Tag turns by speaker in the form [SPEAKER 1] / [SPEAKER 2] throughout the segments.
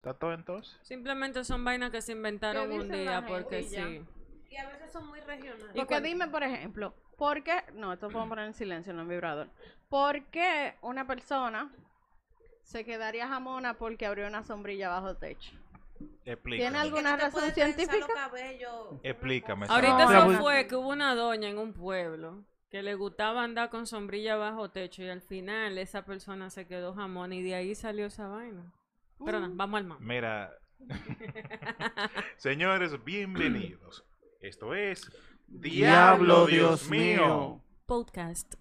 [SPEAKER 1] ¿Está todo entonces?
[SPEAKER 2] Simplemente son vainas que se inventaron
[SPEAKER 3] Que
[SPEAKER 2] un
[SPEAKER 3] dicen
[SPEAKER 2] día
[SPEAKER 3] la gente
[SPEAKER 2] porque
[SPEAKER 3] y ya.
[SPEAKER 2] sí.
[SPEAKER 4] Y a veces son muy regionales.
[SPEAKER 3] Porque dime, por ejemplo, ¿por qué? No, esto podemos poner en silencio, no en vibrador. ¿Por qué una persona se quedaría jamona porque abrió una sombrilla bajo techo?
[SPEAKER 1] Explícame.
[SPEAKER 3] ¿Tiene algo-
[SPEAKER 4] Porque
[SPEAKER 3] ¿Alguna
[SPEAKER 4] se te
[SPEAKER 3] razón
[SPEAKER 4] puede tensar
[SPEAKER 3] científica?
[SPEAKER 4] los cabellos.
[SPEAKER 1] Explícame.
[SPEAKER 2] Ahorita
[SPEAKER 3] No,
[SPEAKER 2] eso
[SPEAKER 3] no.
[SPEAKER 2] fue que hubo una doña en un pueblo que le gustaba andar con sombrilla bajo techo y al final esa persona se quedó jamón y de ahí salió esa vaina. Pero
[SPEAKER 3] Uh.
[SPEAKER 2] no, vamos al mambo.
[SPEAKER 1] Mira. Señores, bienvenidos. Esto es.
[SPEAKER 5] Diablo, Dios mío.
[SPEAKER 2] Podcast.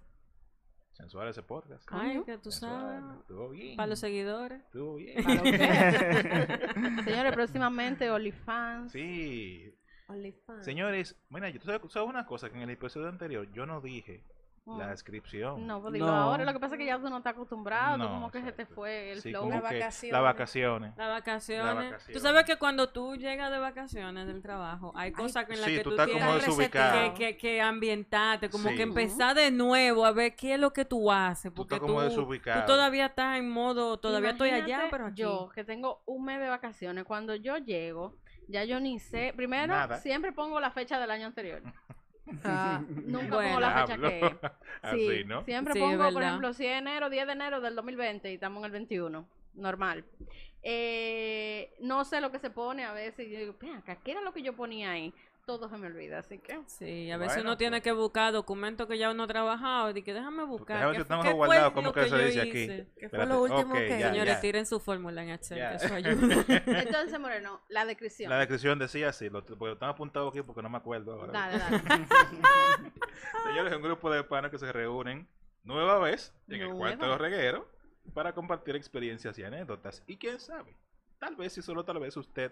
[SPEAKER 1] Sensual ese podcast.
[SPEAKER 2] Ay,
[SPEAKER 3] Coño.
[SPEAKER 2] que tú sabes.
[SPEAKER 1] Sensual, Estuvo bien.
[SPEAKER 2] Para los seguidores.
[SPEAKER 1] Estuvo bien.
[SPEAKER 3] Para ustedes. Señores, próximamente OnlyFans.
[SPEAKER 1] Sí.
[SPEAKER 4] OnlyFans.
[SPEAKER 1] Señores, mira, yo sabes sabes una cosa que en el episodio anterior yo no dije
[SPEAKER 3] Mm.
[SPEAKER 1] la descripción.
[SPEAKER 3] No, pues digo
[SPEAKER 5] No.
[SPEAKER 3] ahora, lo que pasa es que ya tú no estás acostumbrado, tú
[SPEAKER 1] No,
[SPEAKER 3] como que se te
[SPEAKER 1] exacto.
[SPEAKER 3] fue el
[SPEAKER 1] Sí,
[SPEAKER 3] flow.
[SPEAKER 1] como
[SPEAKER 4] Las
[SPEAKER 1] que-
[SPEAKER 4] vacaciones.
[SPEAKER 1] Las vacaciones.
[SPEAKER 2] Las vacaciones. Tú
[SPEAKER 1] vacaciones.
[SPEAKER 2] sabes que cuando tú llegas de vacaciones del trabajo, hay cosas en las
[SPEAKER 1] Sí,
[SPEAKER 2] que
[SPEAKER 1] tú
[SPEAKER 2] tú,
[SPEAKER 1] estás
[SPEAKER 2] tienes
[SPEAKER 1] como
[SPEAKER 4] que
[SPEAKER 1] desubicado.
[SPEAKER 2] que, que, que ambientarte, como
[SPEAKER 1] Sí.
[SPEAKER 2] que empezar de nuevo a ver qué es lo que tú haces.
[SPEAKER 1] Tú
[SPEAKER 2] Porque
[SPEAKER 1] estás
[SPEAKER 2] tú,
[SPEAKER 1] como
[SPEAKER 2] tú
[SPEAKER 1] desubicado.
[SPEAKER 2] todavía estás en modo, todavía estoy allá,
[SPEAKER 3] Imagínate
[SPEAKER 2] pero aquí.
[SPEAKER 3] Yo, que tengo un mes de vacaciones, cuando yo llego, ya yo ni sé. Primero,
[SPEAKER 1] Nada.
[SPEAKER 3] siempre pongo la fecha del año anterior. Nunca
[SPEAKER 2] Ah, Bueno.
[SPEAKER 3] pongo la fecha que es.
[SPEAKER 1] Así, ¿no?
[SPEAKER 3] Siempre
[SPEAKER 2] Sí, es
[SPEAKER 3] pongo, por
[SPEAKER 2] verdad.
[SPEAKER 3] ejemplo, 10 de enero, 10 de enero del 2020 y estamos en el 21. Normal. Eh, no sé lo que se pone a veces. y Yo digo, "Ven acá, ¿qué era lo que yo ponía ahí? Todo se me olvida, así que.
[SPEAKER 2] Sí, a veces
[SPEAKER 1] Bueno,
[SPEAKER 2] uno tiene
[SPEAKER 1] pues.
[SPEAKER 2] que buscar documentos que ya uno ha trabajado. Y que déjame buscar.
[SPEAKER 1] Déjame ver
[SPEAKER 2] ¿qué
[SPEAKER 1] si
[SPEAKER 2] fue-
[SPEAKER 1] tengo
[SPEAKER 2] qué fue
[SPEAKER 1] guardado,
[SPEAKER 2] lo
[SPEAKER 1] ¿cómo que se
[SPEAKER 2] yo
[SPEAKER 1] dice
[SPEAKER 2] hice?
[SPEAKER 1] aquí?
[SPEAKER 4] Que fue lo
[SPEAKER 1] Espérate,
[SPEAKER 4] último
[SPEAKER 1] ok,
[SPEAKER 4] que-
[SPEAKER 1] ya,
[SPEAKER 2] Señores,
[SPEAKER 1] ya.
[SPEAKER 2] tiren su fórmula en Excel,
[SPEAKER 1] Ya.
[SPEAKER 2] que eso ayuda.
[SPEAKER 3] Entonces, Moreno, la descripción.
[SPEAKER 1] La descripción decía así, lo, porque lo tengo apuntado aquí porque no me acuerdo ahora.
[SPEAKER 3] Dale, dale.
[SPEAKER 1] Señores, es un grupo de panas que se reúnen nueva vez en el
[SPEAKER 3] Nueva.
[SPEAKER 1] cuarto de los regueros para compartir experiencias y anécdotas. Y quién sabe, tal vez y solo tal vez usted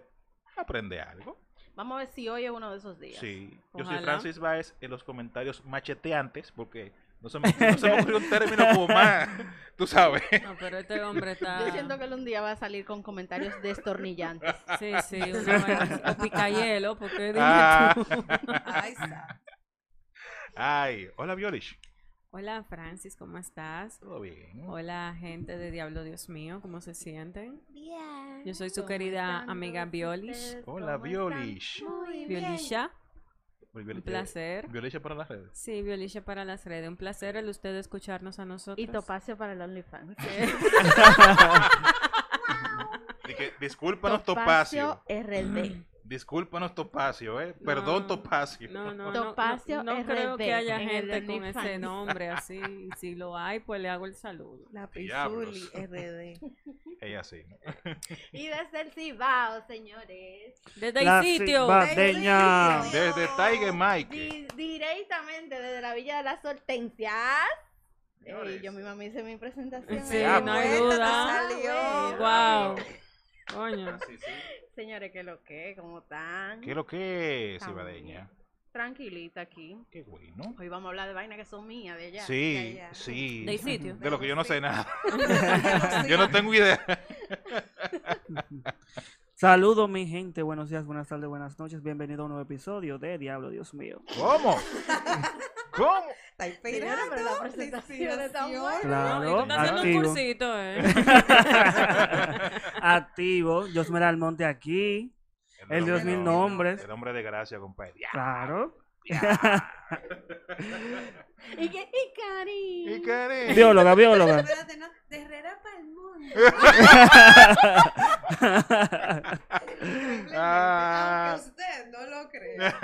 [SPEAKER 1] aprende algo.
[SPEAKER 3] Vamos a ver si hoy es uno de esos días.
[SPEAKER 1] Sí. Yo soy
[SPEAKER 2] Ojalá.
[SPEAKER 1] Francis Baez en los comentarios macheteantes porque no se me, no se me ocurrió un término como más, tú sabes.
[SPEAKER 2] No, pero este hombre está.
[SPEAKER 3] Yo siento que él un día va a salir con comentarios destornillantes.
[SPEAKER 2] Sí, sí, una vaina- o picayelo, porque dime
[SPEAKER 1] Ah.
[SPEAKER 2] tú.
[SPEAKER 4] Ay, sa-
[SPEAKER 1] Ay, hola Violish.
[SPEAKER 2] Hola Francis, ¿cómo estás?
[SPEAKER 1] Todo bien.
[SPEAKER 2] Hola gente de Diablo Dios mío, ¿cómo se sienten?
[SPEAKER 4] Bien.
[SPEAKER 2] Yo soy su
[SPEAKER 3] ¿Cómo
[SPEAKER 2] querida
[SPEAKER 3] están
[SPEAKER 2] amiga
[SPEAKER 3] todos
[SPEAKER 2] Violish.
[SPEAKER 3] ustedes?
[SPEAKER 1] Hola
[SPEAKER 3] ¿Cómo están?
[SPEAKER 1] Violish.
[SPEAKER 4] Muy bien.
[SPEAKER 2] Violisha,
[SPEAKER 1] Muy
[SPEAKER 2] un
[SPEAKER 1] bien.
[SPEAKER 2] placer.
[SPEAKER 1] Violisha para las redes.
[SPEAKER 2] Sí, Violisha para las redes, un placer el usted escucharnos a nosotros.
[SPEAKER 3] Y Topacio para el OnlyFans.
[SPEAKER 1] Di que, discúlpanos Topacio.
[SPEAKER 3] Topacio RD.
[SPEAKER 1] Discúlpanos Topacio, eh. Perdón
[SPEAKER 2] No.
[SPEAKER 1] Topacio.
[SPEAKER 2] No, no, no,
[SPEAKER 3] Topacio
[SPEAKER 2] no, no creo
[SPEAKER 3] RD
[SPEAKER 2] que haya
[SPEAKER 3] en el
[SPEAKER 2] gente con ese
[SPEAKER 3] OnlyFans.
[SPEAKER 2] nombre así. y si lo hay, pues le hago el saludo.
[SPEAKER 4] La Pizuli
[SPEAKER 1] Diablos.
[SPEAKER 4] RD.
[SPEAKER 1] Ella sí. ¿no?
[SPEAKER 3] y desde el Cibao, señores.
[SPEAKER 2] Desde
[SPEAKER 5] La
[SPEAKER 2] el sitio.
[SPEAKER 5] Silva- Badeña.
[SPEAKER 4] Desde-
[SPEAKER 1] Desde Tiger Mike.
[SPEAKER 3] Di- directamente desde la Villa de las Hortensias.
[SPEAKER 1] Señores. Ah,
[SPEAKER 3] Ey, yo misma me hice mi presentación.
[SPEAKER 2] Sí,
[SPEAKER 3] ahí.
[SPEAKER 2] no hay
[SPEAKER 3] Bueno,
[SPEAKER 2] duda. Ah,
[SPEAKER 3] te
[SPEAKER 4] Salió.
[SPEAKER 3] Guau.
[SPEAKER 2] Wow. Coño.
[SPEAKER 3] Señores, ¿qué lo que? ¿Cómo están?
[SPEAKER 1] ¿Qué es lo que es,
[SPEAKER 3] Estamos
[SPEAKER 1] Ibadeña?
[SPEAKER 3] Tranquilita aquí.
[SPEAKER 1] Qué bueno.
[SPEAKER 3] Hoy vamos a hablar de vainas que son mías de allá.
[SPEAKER 1] Sí,
[SPEAKER 4] ya, ya.
[SPEAKER 1] sí.
[SPEAKER 2] Del sitio.
[SPEAKER 1] De lo que yo no sé nada.
[SPEAKER 4] Sí.
[SPEAKER 1] Yo no tengo idea.
[SPEAKER 5] Saludos mi gente, buenos días, buenas tardes, buenas noches, bienvenido a un nuevo episodio de Diablo, Dios mío.
[SPEAKER 1] ¿Cómo? ¿Cómo?
[SPEAKER 4] Está
[SPEAKER 3] Señora, pero la
[SPEAKER 4] inspirando,
[SPEAKER 3] presentación está
[SPEAKER 4] inspiración.
[SPEAKER 3] buena.
[SPEAKER 5] Claro,
[SPEAKER 2] Está haciendo un
[SPEAKER 5] activo.
[SPEAKER 2] cursito, ¿eh?
[SPEAKER 5] Activo, Josmer Almonte aquí, el Dios
[SPEAKER 1] hombre
[SPEAKER 5] mil
[SPEAKER 1] no.
[SPEAKER 5] nombres,
[SPEAKER 1] El hombre de gracia, compadre. Ya,
[SPEAKER 5] claro.
[SPEAKER 3] Y que, y Cari.
[SPEAKER 1] ¿Y qué eres?
[SPEAKER 5] Bióloga, bióloga.
[SPEAKER 4] Espérate, no, de Herrera para el mundo. Simplemente,
[SPEAKER 1] Ah.
[SPEAKER 4] Aunque usted no lo crea.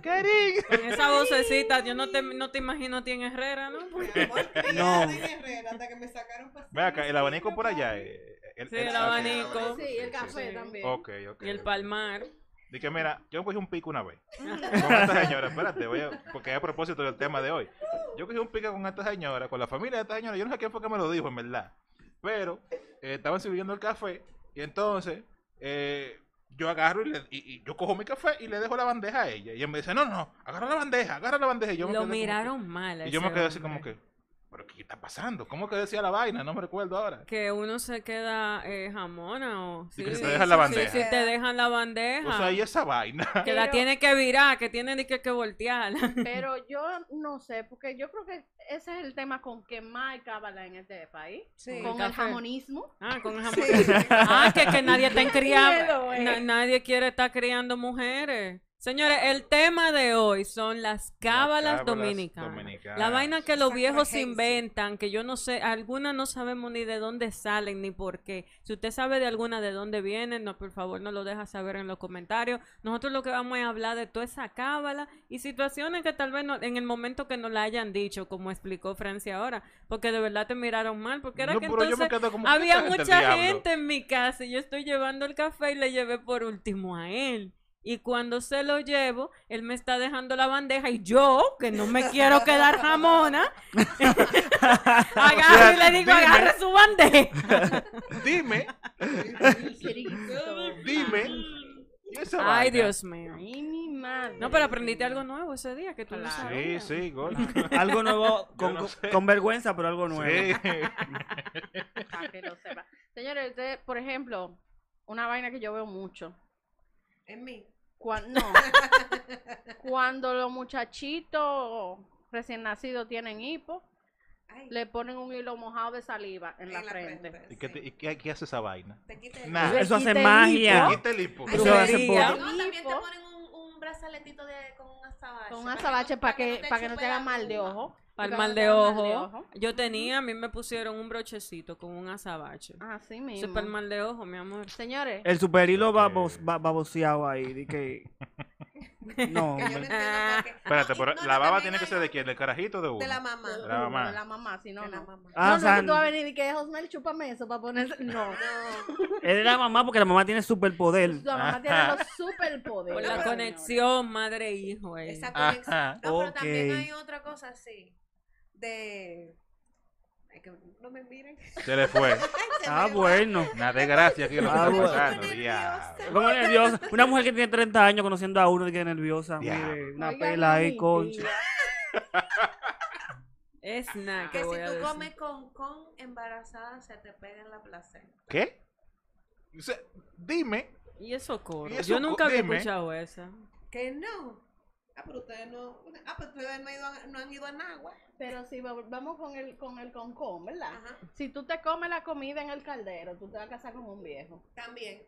[SPEAKER 1] Karin.
[SPEAKER 2] Con esa vocecita, yo no te, no te imagino a ti en Herrera, ¿no?
[SPEAKER 4] Mi amor,
[SPEAKER 5] No.
[SPEAKER 4] era de Herrera hasta que me sacaron para
[SPEAKER 1] Ve acá, el abanico por allá.
[SPEAKER 4] eh.
[SPEAKER 1] eh, El,
[SPEAKER 2] Sí,
[SPEAKER 1] el-
[SPEAKER 2] el
[SPEAKER 1] ok,
[SPEAKER 2] abanico.
[SPEAKER 1] ok,
[SPEAKER 3] Sí, el
[SPEAKER 2] sí,
[SPEAKER 3] café
[SPEAKER 2] sí.
[SPEAKER 3] también.
[SPEAKER 1] Ok, ok.
[SPEAKER 2] Y el palmar.
[SPEAKER 1] Dije, mira, yo cogí un pico una vez. Con esta señora, espérate, voy a- porque a propósito del tema de hoy. Yo cogí un pico con esta señora, con la familia de esta señora. Yo no sé quién fue que me lo dijo, en verdad. Pero eh, estaban sirviendo el café y entonces eh, yo agarro y, le- y- y yo cojo mi café y le dejo la bandeja a ella. Y ella me dice, no, no, agarra la bandeja, agarra la bandeja. Y yo me
[SPEAKER 2] Lo
[SPEAKER 1] quedé como que-
[SPEAKER 2] miraron mal. a
[SPEAKER 1] y yo me
[SPEAKER 2] ese
[SPEAKER 1] quedé así
[SPEAKER 2] hombre.
[SPEAKER 1] como que, ¿Pero qué está pasando? ¿Cómo que decía la vaina? No me recuerdo ahora.
[SPEAKER 2] Que uno se queda eh, jamona o...
[SPEAKER 1] Y que se te dejan la
[SPEAKER 2] sí,
[SPEAKER 1] bandeja.
[SPEAKER 2] sí, te dejan la bandeja.
[SPEAKER 1] O sea, y esa vaina.
[SPEAKER 2] Que la
[SPEAKER 3] Pero-
[SPEAKER 2] tiene que virar, que tiene ni que, que voltear.
[SPEAKER 3] Pero yo no sé, porque yo creo que ese es el tema con que más hay cábala en este país.
[SPEAKER 4] Sí.
[SPEAKER 3] Con el
[SPEAKER 2] café.
[SPEAKER 3] jamonismo.
[SPEAKER 2] Ah, con jamón.
[SPEAKER 4] Sí.
[SPEAKER 2] Ah, que, que nadie está criando.
[SPEAKER 3] miedo, eh.
[SPEAKER 2] nadie quiere estar criando mujeres. Señores, el tema de hoy son las cábalas,
[SPEAKER 1] cábalas
[SPEAKER 2] dominicanas.
[SPEAKER 1] dominicanas.
[SPEAKER 2] La vaina que los viejos se
[SPEAKER 4] Sacrificio.
[SPEAKER 2] inventan, que yo no sé, algunas no sabemos ni de dónde salen ni por qué. Si usted sabe de alguna de dónde vienen, no, por favor nos lo deja saber en los comentarios. Nosotros lo que vamos es hablar de toda esa cábala y situaciones que tal vez no- en el momento que nos la hayan dicho, como explicó Francia ahora, porque de verdad te miraron mal, porque era
[SPEAKER 1] No,
[SPEAKER 2] que
[SPEAKER 1] pero yo me
[SPEAKER 2] entonces
[SPEAKER 1] quedo como, ¿qué
[SPEAKER 2] había
[SPEAKER 1] esta gente del
[SPEAKER 2] mucha
[SPEAKER 1] diablo?
[SPEAKER 2] gente en mi casa y yo estoy llevando el café y le llevé por último a él. Y cuando se lo llevo, él me está dejando la bandeja y yo, que no me quiero quedar jamona, agarro y le digo,
[SPEAKER 1] dime.
[SPEAKER 2] agarre su bandeja.
[SPEAKER 1] Dime,
[SPEAKER 3] Cristo.
[SPEAKER 1] dime. ¿Y esa
[SPEAKER 2] Ay,
[SPEAKER 1] vaina?
[SPEAKER 2] Dios mío.
[SPEAKER 3] Ay, mi madre.
[SPEAKER 2] No, pero aprendiste algo nuevo ese día que tú no
[SPEAKER 3] Claro.
[SPEAKER 1] Sí,
[SPEAKER 2] sabías.
[SPEAKER 1] sí, gol.
[SPEAKER 5] Algo nuevo, con,
[SPEAKER 1] no
[SPEAKER 5] con-
[SPEAKER 1] sé.
[SPEAKER 5] con vergüenza, pero algo nuevo.
[SPEAKER 1] Sí.
[SPEAKER 3] Pa' que lo sepa. Señores, ustedes, por ejemplo, una vaina que yo veo mucho.
[SPEAKER 4] En mí.
[SPEAKER 3] Cuan- no. Cuando los muchachitos recién nacidos tienen hipo,
[SPEAKER 4] Ay,
[SPEAKER 3] le ponen un hilo mojado de saliva en, la, frente.
[SPEAKER 1] ¿Y qué, te-
[SPEAKER 4] pues, sí.
[SPEAKER 1] y qué- qué hace esa vaina?
[SPEAKER 4] Te quita el-
[SPEAKER 1] Nah.
[SPEAKER 5] Eso
[SPEAKER 3] Quita
[SPEAKER 5] hace
[SPEAKER 3] el
[SPEAKER 5] magia.
[SPEAKER 3] hipo
[SPEAKER 1] Quita el hipo.
[SPEAKER 5] Eso
[SPEAKER 2] Brujería.
[SPEAKER 5] hace poco.
[SPEAKER 6] No, también te
[SPEAKER 3] Lipo.
[SPEAKER 6] ponen un, un brazaletito de, con un azabache.
[SPEAKER 3] Con un azabache para que, para que no te haga mal de ojo.
[SPEAKER 2] Para el
[SPEAKER 3] Porque
[SPEAKER 2] mal
[SPEAKER 3] no te
[SPEAKER 2] de
[SPEAKER 3] haga mal
[SPEAKER 2] ojo. Yo tenía, a mí me pusieron un brochecito con un azabache. Eso
[SPEAKER 3] Así
[SPEAKER 2] es
[SPEAKER 3] mismo.
[SPEAKER 2] para el mal de ojo, mi amor.
[SPEAKER 3] Señores,
[SPEAKER 1] Eh,
[SPEAKER 5] El superhilo
[SPEAKER 1] Ok.
[SPEAKER 5] babos, ba- baboseado ahí. De que... No,
[SPEAKER 4] Que yo no
[SPEAKER 5] hombre.
[SPEAKER 4] entiendo por qué.
[SPEAKER 1] Espérate,
[SPEAKER 4] Ah, y-
[SPEAKER 1] pero
[SPEAKER 4] no, no,
[SPEAKER 1] la baba
[SPEAKER 4] también
[SPEAKER 1] tiene que
[SPEAKER 4] hay
[SPEAKER 1] ser de
[SPEAKER 4] un-
[SPEAKER 1] quién, del carajito o de uno.
[SPEAKER 4] De la mamá.
[SPEAKER 1] De la mamá.
[SPEAKER 3] de Uh, la mamá, si no,
[SPEAKER 4] De la
[SPEAKER 3] no.
[SPEAKER 4] mamá.
[SPEAKER 5] Ah,
[SPEAKER 3] no,
[SPEAKER 5] o
[SPEAKER 3] no,
[SPEAKER 5] sea,
[SPEAKER 3] que tú vas a venir y que Josmel, chúpame eso para poner. No,
[SPEAKER 5] es de la mamá porque la mamá tiene superpoder.
[SPEAKER 3] la mamá tiene los superpoderes.
[SPEAKER 2] Por la
[SPEAKER 3] señores.
[SPEAKER 2] conexión madre-hijo. eh.
[SPEAKER 4] Esa
[SPEAKER 1] Ajá.
[SPEAKER 4] conexión. No, pero también
[SPEAKER 5] Ok.
[SPEAKER 4] hay otra cosa así. De. Ay, que no me miren.
[SPEAKER 1] Se le fue.
[SPEAKER 4] Ay, se
[SPEAKER 5] Ah,
[SPEAKER 4] me va.
[SPEAKER 5] bueno.
[SPEAKER 1] Una desgracia aquí lo que
[SPEAKER 5] Ah,
[SPEAKER 1] está
[SPEAKER 5] bueno.
[SPEAKER 1] pasando.
[SPEAKER 4] Estoy
[SPEAKER 1] diablo.
[SPEAKER 4] nerviosa.
[SPEAKER 5] Como nerviosa. Una mujer que tiene 30 años conociendo a uno de que es nerviosa.
[SPEAKER 1] Ya.
[SPEAKER 5] Mire, una
[SPEAKER 3] Oigan,
[SPEAKER 5] pela ahí,
[SPEAKER 3] mi
[SPEAKER 5] concha.
[SPEAKER 3] tía.
[SPEAKER 1] Ah,
[SPEAKER 2] Es nada
[SPEAKER 4] Que
[SPEAKER 2] que
[SPEAKER 4] si
[SPEAKER 2] voy a
[SPEAKER 4] tú
[SPEAKER 2] decir.
[SPEAKER 4] comes con con embarazada, se te pega en la placenta.
[SPEAKER 1] ¿Qué? O sea, dime.
[SPEAKER 2] Y eso coro.
[SPEAKER 1] Y eso
[SPEAKER 2] Yo
[SPEAKER 1] co-
[SPEAKER 2] nunca había
[SPEAKER 1] dime.
[SPEAKER 2] escuchado esa.
[SPEAKER 4] Que no. Ah, pero ustedes no. Ah, pero ustedes no, han ido a- no han ido a Nagua.
[SPEAKER 3] Pero si va- vamos con el con el concón, ¿verdad?
[SPEAKER 4] Ajá.
[SPEAKER 3] Si tú te comes la comida en el caldero, tú te vas a casar con un viejo.
[SPEAKER 4] También.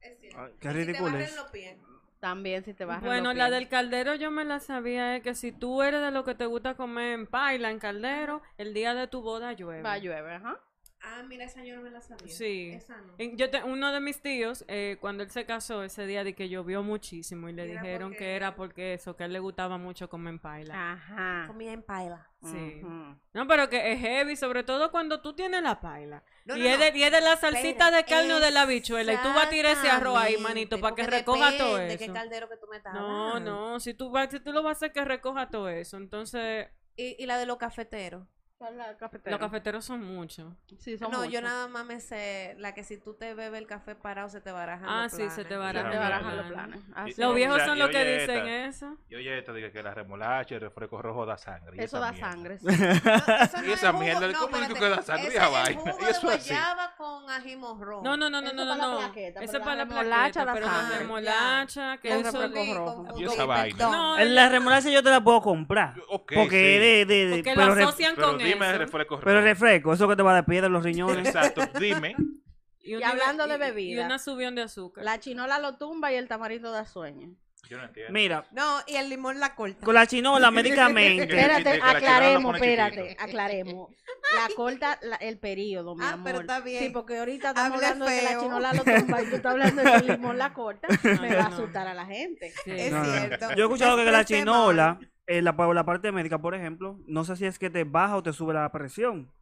[SPEAKER 4] Es cierto.
[SPEAKER 5] Ay, qué
[SPEAKER 4] Y si te
[SPEAKER 5] ridículo
[SPEAKER 4] barren
[SPEAKER 5] es.
[SPEAKER 4] los pies.
[SPEAKER 3] También si te vas
[SPEAKER 2] Bueno, la del caldero yo me la sabía, es que si tú eres de lo que te gusta comer en paila, en caldero, el día de tu boda llueve.
[SPEAKER 3] Va a llover, ajá.
[SPEAKER 4] Ah, mira, esa yo no me la sabía.
[SPEAKER 2] Sí.
[SPEAKER 4] Esa no.
[SPEAKER 2] En- Yo te- uno de mis tíos, eh, cuando él se casó ese día, de que llovió muchísimo y le
[SPEAKER 4] Y era
[SPEAKER 2] dijeron
[SPEAKER 4] porque- Ah.
[SPEAKER 2] que era porque eso, que a él le gustaba mucho comer en paila.
[SPEAKER 3] Ajá.
[SPEAKER 6] Comida en paila.
[SPEAKER 2] Sí.
[SPEAKER 3] Ujú.
[SPEAKER 2] No, pero que es heavy, sobre todo cuando tú tienes la paila.
[SPEAKER 6] No,
[SPEAKER 2] y,
[SPEAKER 6] no,
[SPEAKER 2] es
[SPEAKER 6] no.
[SPEAKER 2] de, y es de la salsita
[SPEAKER 6] Espera,
[SPEAKER 2] de carne o de la habichuela. Y tú vas a tirar ese arroz ahí,
[SPEAKER 6] exactamente,
[SPEAKER 2] manito, para que
[SPEAKER 6] porque
[SPEAKER 2] recoja todo
[SPEAKER 6] depende
[SPEAKER 2] eso.
[SPEAKER 6] qué caldero que tú me estás
[SPEAKER 2] No,
[SPEAKER 6] hablando.
[SPEAKER 2] no, si tú, vas, si tú lo vas a hacer que recoja todo eso, entonces
[SPEAKER 6] Y, y la de los cafeteros.
[SPEAKER 3] ¿Cuál la cafetera?
[SPEAKER 2] los cafeteros son muchos.
[SPEAKER 3] Sí, son
[SPEAKER 6] No, yo
[SPEAKER 3] muchos.
[SPEAKER 6] nada más me sé la que si tú te bebes el café parado se te barajan
[SPEAKER 2] Ah,
[SPEAKER 6] los
[SPEAKER 2] sí, se te
[SPEAKER 3] Ya
[SPEAKER 6] planes.
[SPEAKER 2] barajan
[SPEAKER 3] te
[SPEAKER 1] los
[SPEAKER 3] barajan los
[SPEAKER 2] planes.
[SPEAKER 3] planes. Así
[SPEAKER 2] Los
[SPEAKER 3] es.
[SPEAKER 2] viejos
[SPEAKER 1] Mira,
[SPEAKER 2] son
[SPEAKER 1] y
[SPEAKER 2] los que
[SPEAKER 1] oye
[SPEAKER 2] dicen
[SPEAKER 1] esta.
[SPEAKER 2] eso.
[SPEAKER 1] Y oye, esto dice que la remolacha y el refresco rojo da sangre. y
[SPEAKER 3] Eso
[SPEAKER 1] esa
[SPEAKER 3] da
[SPEAKER 1] mierda.
[SPEAKER 3] sangre. sí.
[SPEAKER 4] eso
[SPEAKER 1] Y esa
[SPEAKER 4] es jugo-
[SPEAKER 1] mierda, ¿cómo es que
[SPEAKER 4] espérate,
[SPEAKER 1] la sangría
[SPEAKER 4] ese es el
[SPEAKER 1] vaina?
[SPEAKER 4] jugo
[SPEAKER 1] Y
[SPEAKER 4] de
[SPEAKER 1] eso así.
[SPEAKER 4] guayaba con ají morrón.
[SPEAKER 2] No, no, no, no,
[SPEAKER 3] Eso
[SPEAKER 2] no,
[SPEAKER 3] para la
[SPEAKER 2] no.
[SPEAKER 3] plaqueta,
[SPEAKER 2] Eso
[SPEAKER 3] pero
[SPEAKER 2] es para la
[SPEAKER 3] la remolacha
[SPEAKER 2] plaqueta,
[SPEAKER 3] da
[SPEAKER 2] pero la
[SPEAKER 3] sangre.
[SPEAKER 2] remolacha, que
[SPEAKER 3] El
[SPEAKER 2] eso...
[SPEAKER 3] refresco
[SPEAKER 4] Confundí,
[SPEAKER 3] rojo.
[SPEAKER 4] confundí,
[SPEAKER 1] Y esa vaina.
[SPEAKER 4] perdón.
[SPEAKER 2] No,
[SPEAKER 5] En Eh, la remolacha yo te la puedo comprar.
[SPEAKER 1] Yo- ok,
[SPEAKER 5] porque
[SPEAKER 1] sí.
[SPEAKER 5] es de, de- de-
[SPEAKER 2] porque lo
[SPEAKER 5] pero, ref-
[SPEAKER 2] asocian
[SPEAKER 1] Pero
[SPEAKER 2] con
[SPEAKER 1] dime de
[SPEAKER 2] eso.
[SPEAKER 1] refresco rojo.
[SPEAKER 5] pero refresco, eso que te va a dar piedra en los riñones.
[SPEAKER 1] Exacto, dime.
[SPEAKER 2] un
[SPEAKER 3] Y
[SPEAKER 2] nivel-
[SPEAKER 3] hablando
[SPEAKER 2] y-
[SPEAKER 3] de
[SPEAKER 2] Y
[SPEAKER 3] bebida.
[SPEAKER 2] una subión de azúcar.
[SPEAKER 3] La chinola lo tumba y el tamarindo da sueño.
[SPEAKER 1] Yo no entiendo.
[SPEAKER 5] Mira,
[SPEAKER 4] No, y el limón la corta.
[SPEAKER 5] con la chinola médicamente.
[SPEAKER 1] que
[SPEAKER 3] Espérate,
[SPEAKER 1] la chinola lo
[SPEAKER 3] aclaremos,
[SPEAKER 1] pone
[SPEAKER 3] espérate,
[SPEAKER 1] chiquito.
[SPEAKER 3] aclaremos. La corta la- el periodo, mi
[SPEAKER 4] Ah,
[SPEAKER 3] amor.
[SPEAKER 4] pero está bien.
[SPEAKER 3] Sí, porque ahorita estamos
[SPEAKER 4] Hable
[SPEAKER 3] hablando de que la
[SPEAKER 4] feo.
[SPEAKER 3] chinola lo tumba y tú estás hablando de que el limón la corta. Me
[SPEAKER 2] No,
[SPEAKER 3] va a
[SPEAKER 2] no.
[SPEAKER 3] asustar a la gente.
[SPEAKER 2] Sí.
[SPEAKER 4] Es
[SPEAKER 5] No, no, no.
[SPEAKER 4] cierto.
[SPEAKER 5] Yo he escuchado que la
[SPEAKER 6] Este
[SPEAKER 4] Expresé mal.
[SPEAKER 5] chinola, eh, la, pa- la parte médica, por ejemplo, no sé si es que te baja o te sube la presión.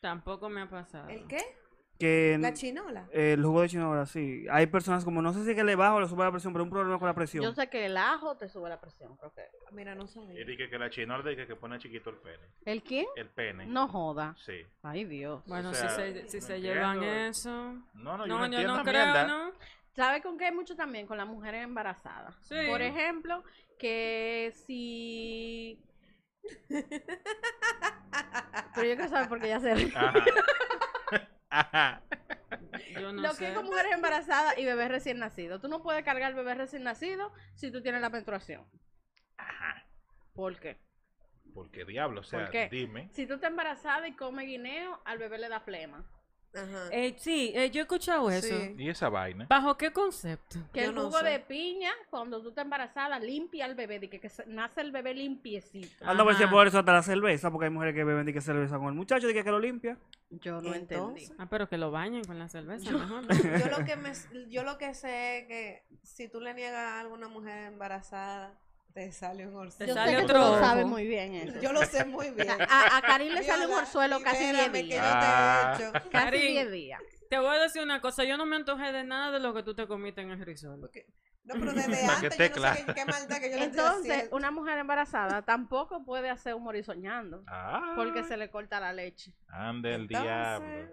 [SPEAKER 2] Tampoco me ha pasado.
[SPEAKER 4] ¿El qué?
[SPEAKER 5] Que
[SPEAKER 4] La chinola.
[SPEAKER 5] eh, el jugo de chinola, sí. Hay personas como, no sé si que le baja o le sube la presión, pero un problema con la presión.
[SPEAKER 3] Yo sé que el ajo te sube la presión. creo que-
[SPEAKER 4] Mira, no sabía.
[SPEAKER 1] Y dije que la chinola dije que pone chiquito el pene.
[SPEAKER 3] ¿El quién?
[SPEAKER 1] El pene.
[SPEAKER 3] No joda.
[SPEAKER 1] Sí.
[SPEAKER 3] Ay, Dios.
[SPEAKER 2] Bueno,
[SPEAKER 1] O sea,
[SPEAKER 2] si se, si
[SPEAKER 1] no
[SPEAKER 2] se
[SPEAKER 1] entiendo.
[SPEAKER 2] llevan eso...
[SPEAKER 1] No, no, yo no,
[SPEAKER 2] No, yo
[SPEAKER 1] entiendo
[SPEAKER 2] no
[SPEAKER 1] esa
[SPEAKER 2] creo,
[SPEAKER 1] mierda.
[SPEAKER 2] ¿no?
[SPEAKER 3] ¿Sabe con qué hay mucho también? Con las mujeres embarazadas.
[SPEAKER 2] Sí.
[SPEAKER 3] Por ejemplo, que si Pero yo quiero saber por qué ya se ríe.
[SPEAKER 1] Ajá. Ajá.
[SPEAKER 2] Yo no
[SPEAKER 3] Lo que
[SPEAKER 2] sé.
[SPEAKER 3] es con mujeres embarazadas y bebés recién nacidos. Tú no puedes cargar bebés recién nacidos si tú tienes la menstruación.
[SPEAKER 1] Ajá.
[SPEAKER 3] ¿Por qué?
[SPEAKER 1] ¿Por qué diablo? O sea,
[SPEAKER 3] ¿Por qué?
[SPEAKER 1] dime.
[SPEAKER 3] Si tú estás embarazada y comes guineo, al bebé le da flema.
[SPEAKER 4] Ajá.
[SPEAKER 2] Eh, sí, eh, yo he escuchado eso.
[SPEAKER 6] Sí.
[SPEAKER 1] ¿Y esa vaina?
[SPEAKER 2] ¿Bajo qué concepto?
[SPEAKER 3] Que
[SPEAKER 6] Yo
[SPEAKER 3] el
[SPEAKER 6] no
[SPEAKER 3] jugo
[SPEAKER 6] sé.
[SPEAKER 3] de piña, cuando tú estás embarazada, limpia al bebé, de que, que se- nace el bebé limpiecito.
[SPEAKER 5] Anda a ver si
[SPEAKER 2] Ajá.
[SPEAKER 5] por eso hasta la cerveza, porque hay mujeres que beben y que cerveza con el muchacho y que, que lo limpia.
[SPEAKER 3] Yo no entendí.
[SPEAKER 6] Entonces,
[SPEAKER 2] Ah, pero que lo bañen con la cerveza, mejor.
[SPEAKER 6] yo
[SPEAKER 5] Yo
[SPEAKER 6] lo que me
[SPEAKER 4] Yo lo que sé es que si tú le niegas a alguna mujer embarazada, te sale un
[SPEAKER 2] Te
[SPEAKER 4] orzuelo.
[SPEAKER 3] Yo
[SPEAKER 2] sale
[SPEAKER 3] sé que tú
[SPEAKER 2] otro
[SPEAKER 3] lo
[SPEAKER 2] ojo.
[SPEAKER 3] sabes muy bien eso.
[SPEAKER 4] Yo lo sé muy bien.
[SPEAKER 3] A, a Karim le sale un
[SPEAKER 4] Viola,
[SPEAKER 3] orzuelo casi
[SPEAKER 4] libérame
[SPEAKER 3] 10
[SPEAKER 4] que yo
[SPEAKER 3] días.
[SPEAKER 4] te
[SPEAKER 1] Ah.
[SPEAKER 4] he hecho.
[SPEAKER 3] Casi
[SPEAKER 2] Karim.
[SPEAKER 3] 10 días.
[SPEAKER 2] Te voy a decir una cosa, yo no me antojé de nada de lo que tú te comiste en el risol.
[SPEAKER 4] No, pero desde
[SPEAKER 1] Para que
[SPEAKER 4] antes yo
[SPEAKER 1] esté
[SPEAKER 4] no sé
[SPEAKER 1] claro.
[SPEAKER 4] qué, qué maldad que yo le estoy
[SPEAKER 3] Entonces,
[SPEAKER 4] haciendo.
[SPEAKER 3] una mujer embarazada tampoco puede hacer humor y soñando.
[SPEAKER 1] Ah,
[SPEAKER 3] Porque se le corta la leche.
[SPEAKER 1] Anda el
[SPEAKER 4] Entonces,
[SPEAKER 1] diablo.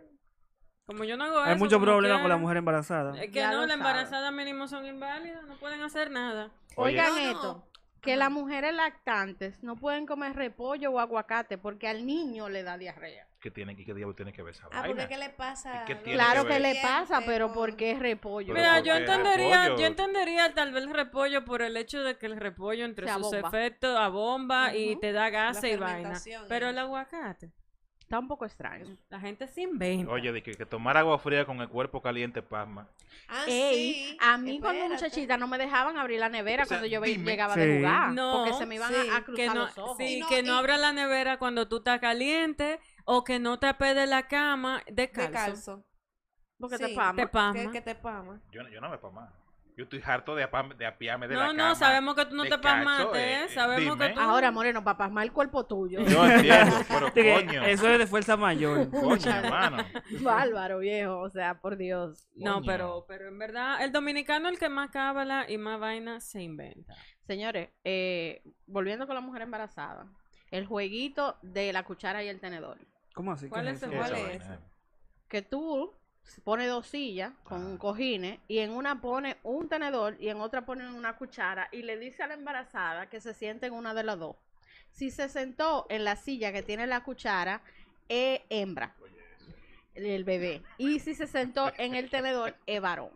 [SPEAKER 2] Como yo no hago eso.
[SPEAKER 5] Hay muchos
[SPEAKER 2] como Eh,
[SPEAKER 5] problemas
[SPEAKER 2] quiera,
[SPEAKER 5] con la mujer embarazada.
[SPEAKER 2] Es que
[SPEAKER 3] Ya
[SPEAKER 2] no,
[SPEAKER 3] lo
[SPEAKER 2] la
[SPEAKER 3] sabe.
[SPEAKER 2] embarazada mínimo son inválidas, no pueden hacer nada.
[SPEAKER 1] Oye,
[SPEAKER 3] Oigan
[SPEAKER 4] No, no.
[SPEAKER 3] esto. Que las mujeres lactantes no pueden comer repollo o aguacate porque al niño le da diarrea.
[SPEAKER 1] ¿qué, tiene, que- ¿qué diablo tiene que ver esa
[SPEAKER 6] Ah,
[SPEAKER 1] vaina?
[SPEAKER 6] porque ¿qué le pasa?
[SPEAKER 1] ¿Y qué
[SPEAKER 6] a los-
[SPEAKER 1] tiene
[SPEAKER 3] Claro
[SPEAKER 1] que
[SPEAKER 3] que
[SPEAKER 1] ver.
[SPEAKER 3] le pasa,
[SPEAKER 4] Siempre
[SPEAKER 3] pero
[SPEAKER 4] con-
[SPEAKER 3] ¿por qué repollo?
[SPEAKER 1] Pero
[SPEAKER 2] Mira,
[SPEAKER 1] ¿por
[SPEAKER 2] yo
[SPEAKER 1] qué
[SPEAKER 2] entendería,
[SPEAKER 1] repollo?
[SPEAKER 2] yo entendería tal vez el repollo por el hecho de que el repollo entre
[SPEAKER 3] Se
[SPEAKER 2] sus
[SPEAKER 3] abomba.
[SPEAKER 2] efectos abomba y
[SPEAKER 3] Ujú. eh.
[SPEAKER 2] te da gases y vaina.
[SPEAKER 4] fermentación y
[SPEAKER 2] Pero el
[SPEAKER 4] eso.
[SPEAKER 2] aguacate,
[SPEAKER 3] Está un poco extraño.
[SPEAKER 2] la gente se inventa.
[SPEAKER 1] Oye, de que, que tomar agua fría con el cuerpo caliente pasma.
[SPEAKER 4] Ah,
[SPEAKER 3] Ey,
[SPEAKER 4] sí,
[SPEAKER 3] a mí cuando
[SPEAKER 4] espérate.
[SPEAKER 3] muchachita no me dejaban abrir la nevera
[SPEAKER 1] O sea,
[SPEAKER 3] cuando yo ve-
[SPEAKER 1] dime.
[SPEAKER 3] llegaba
[SPEAKER 5] Sí.
[SPEAKER 3] de jugar.
[SPEAKER 2] No,
[SPEAKER 3] porque se me iban a-
[SPEAKER 2] sí,
[SPEAKER 3] a, cruzar
[SPEAKER 2] que no,
[SPEAKER 3] los ojos.
[SPEAKER 2] Sí,
[SPEAKER 4] Y no-
[SPEAKER 2] que no
[SPEAKER 4] y-
[SPEAKER 2] abra la nevera cuando tú estás caliente o que no te de la cama de
[SPEAKER 6] de
[SPEAKER 2] calzo.
[SPEAKER 6] calzo.
[SPEAKER 3] Porque
[SPEAKER 6] Sí.
[SPEAKER 3] te pama.
[SPEAKER 2] Te pama.
[SPEAKER 6] Que, que te pama.
[SPEAKER 1] Yo, no- yo no me pamá. Yo estoy harto de, apam- de apiarme de la
[SPEAKER 2] No,
[SPEAKER 1] cama.
[SPEAKER 2] no, sabemos que tú no
[SPEAKER 1] de
[SPEAKER 2] te
[SPEAKER 1] calzo,
[SPEAKER 2] pasmaste,
[SPEAKER 1] eh,
[SPEAKER 2] ¿eh?
[SPEAKER 1] eh,
[SPEAKER 2] sabemos
[SPEAKER 1] dime.
[SPEAKER 2] que tú...
[SPEAKER 3] Ahora, Moreno, para pasmar el cuerpo tuyo.
[SPEAKER 1] Yo entiendo, pero
[SPEAKER 5] De que
[SPEAKER 1] coño.
[SPEAKER 5] Eso es de fuerza mayor.
[SPEAKER 1] Coño, hermano.
[SPEAKER 3] Bárbaro, viejo. O sea, por Dios.
[SPEAKER 2] No,
[SPEAKER 1] Coño.
[SPEAKER 2] pero, pero en verdad, el dominicano el que más cábala y más vaina se inventa.
[SPEAKER 3] Señores, eh, volviendo con la mujer embarazada. El jueguito de la cuchara y el tenedor.
[SPEAKER 5] ¿Cómo así? ¿Qué
[SPEAKER 2] ¿Cuál es
[SPEAKER 5] eso?
[SPEAKER 2] el
[SPEAKER 1] ¿Qué
[SPEAKER 2] ¿Cuál
[SPEAKER 1] esa
[SPEAKER 2] es?
[SPEAKER 1] vaina?
[SPEAKER 3] Que tú pones dos sillas con
[SPEAKER 1] Ah.
[SPEAKER 3] cojines y en una pone un tenedor y en otra ponen una cuchara y le dice a la embarazada que se siente en una de las dos. Si se sentó en la silla que tiene la cuchara, es hembra. El bebé. Y si se sentó en el tenedor, es varón.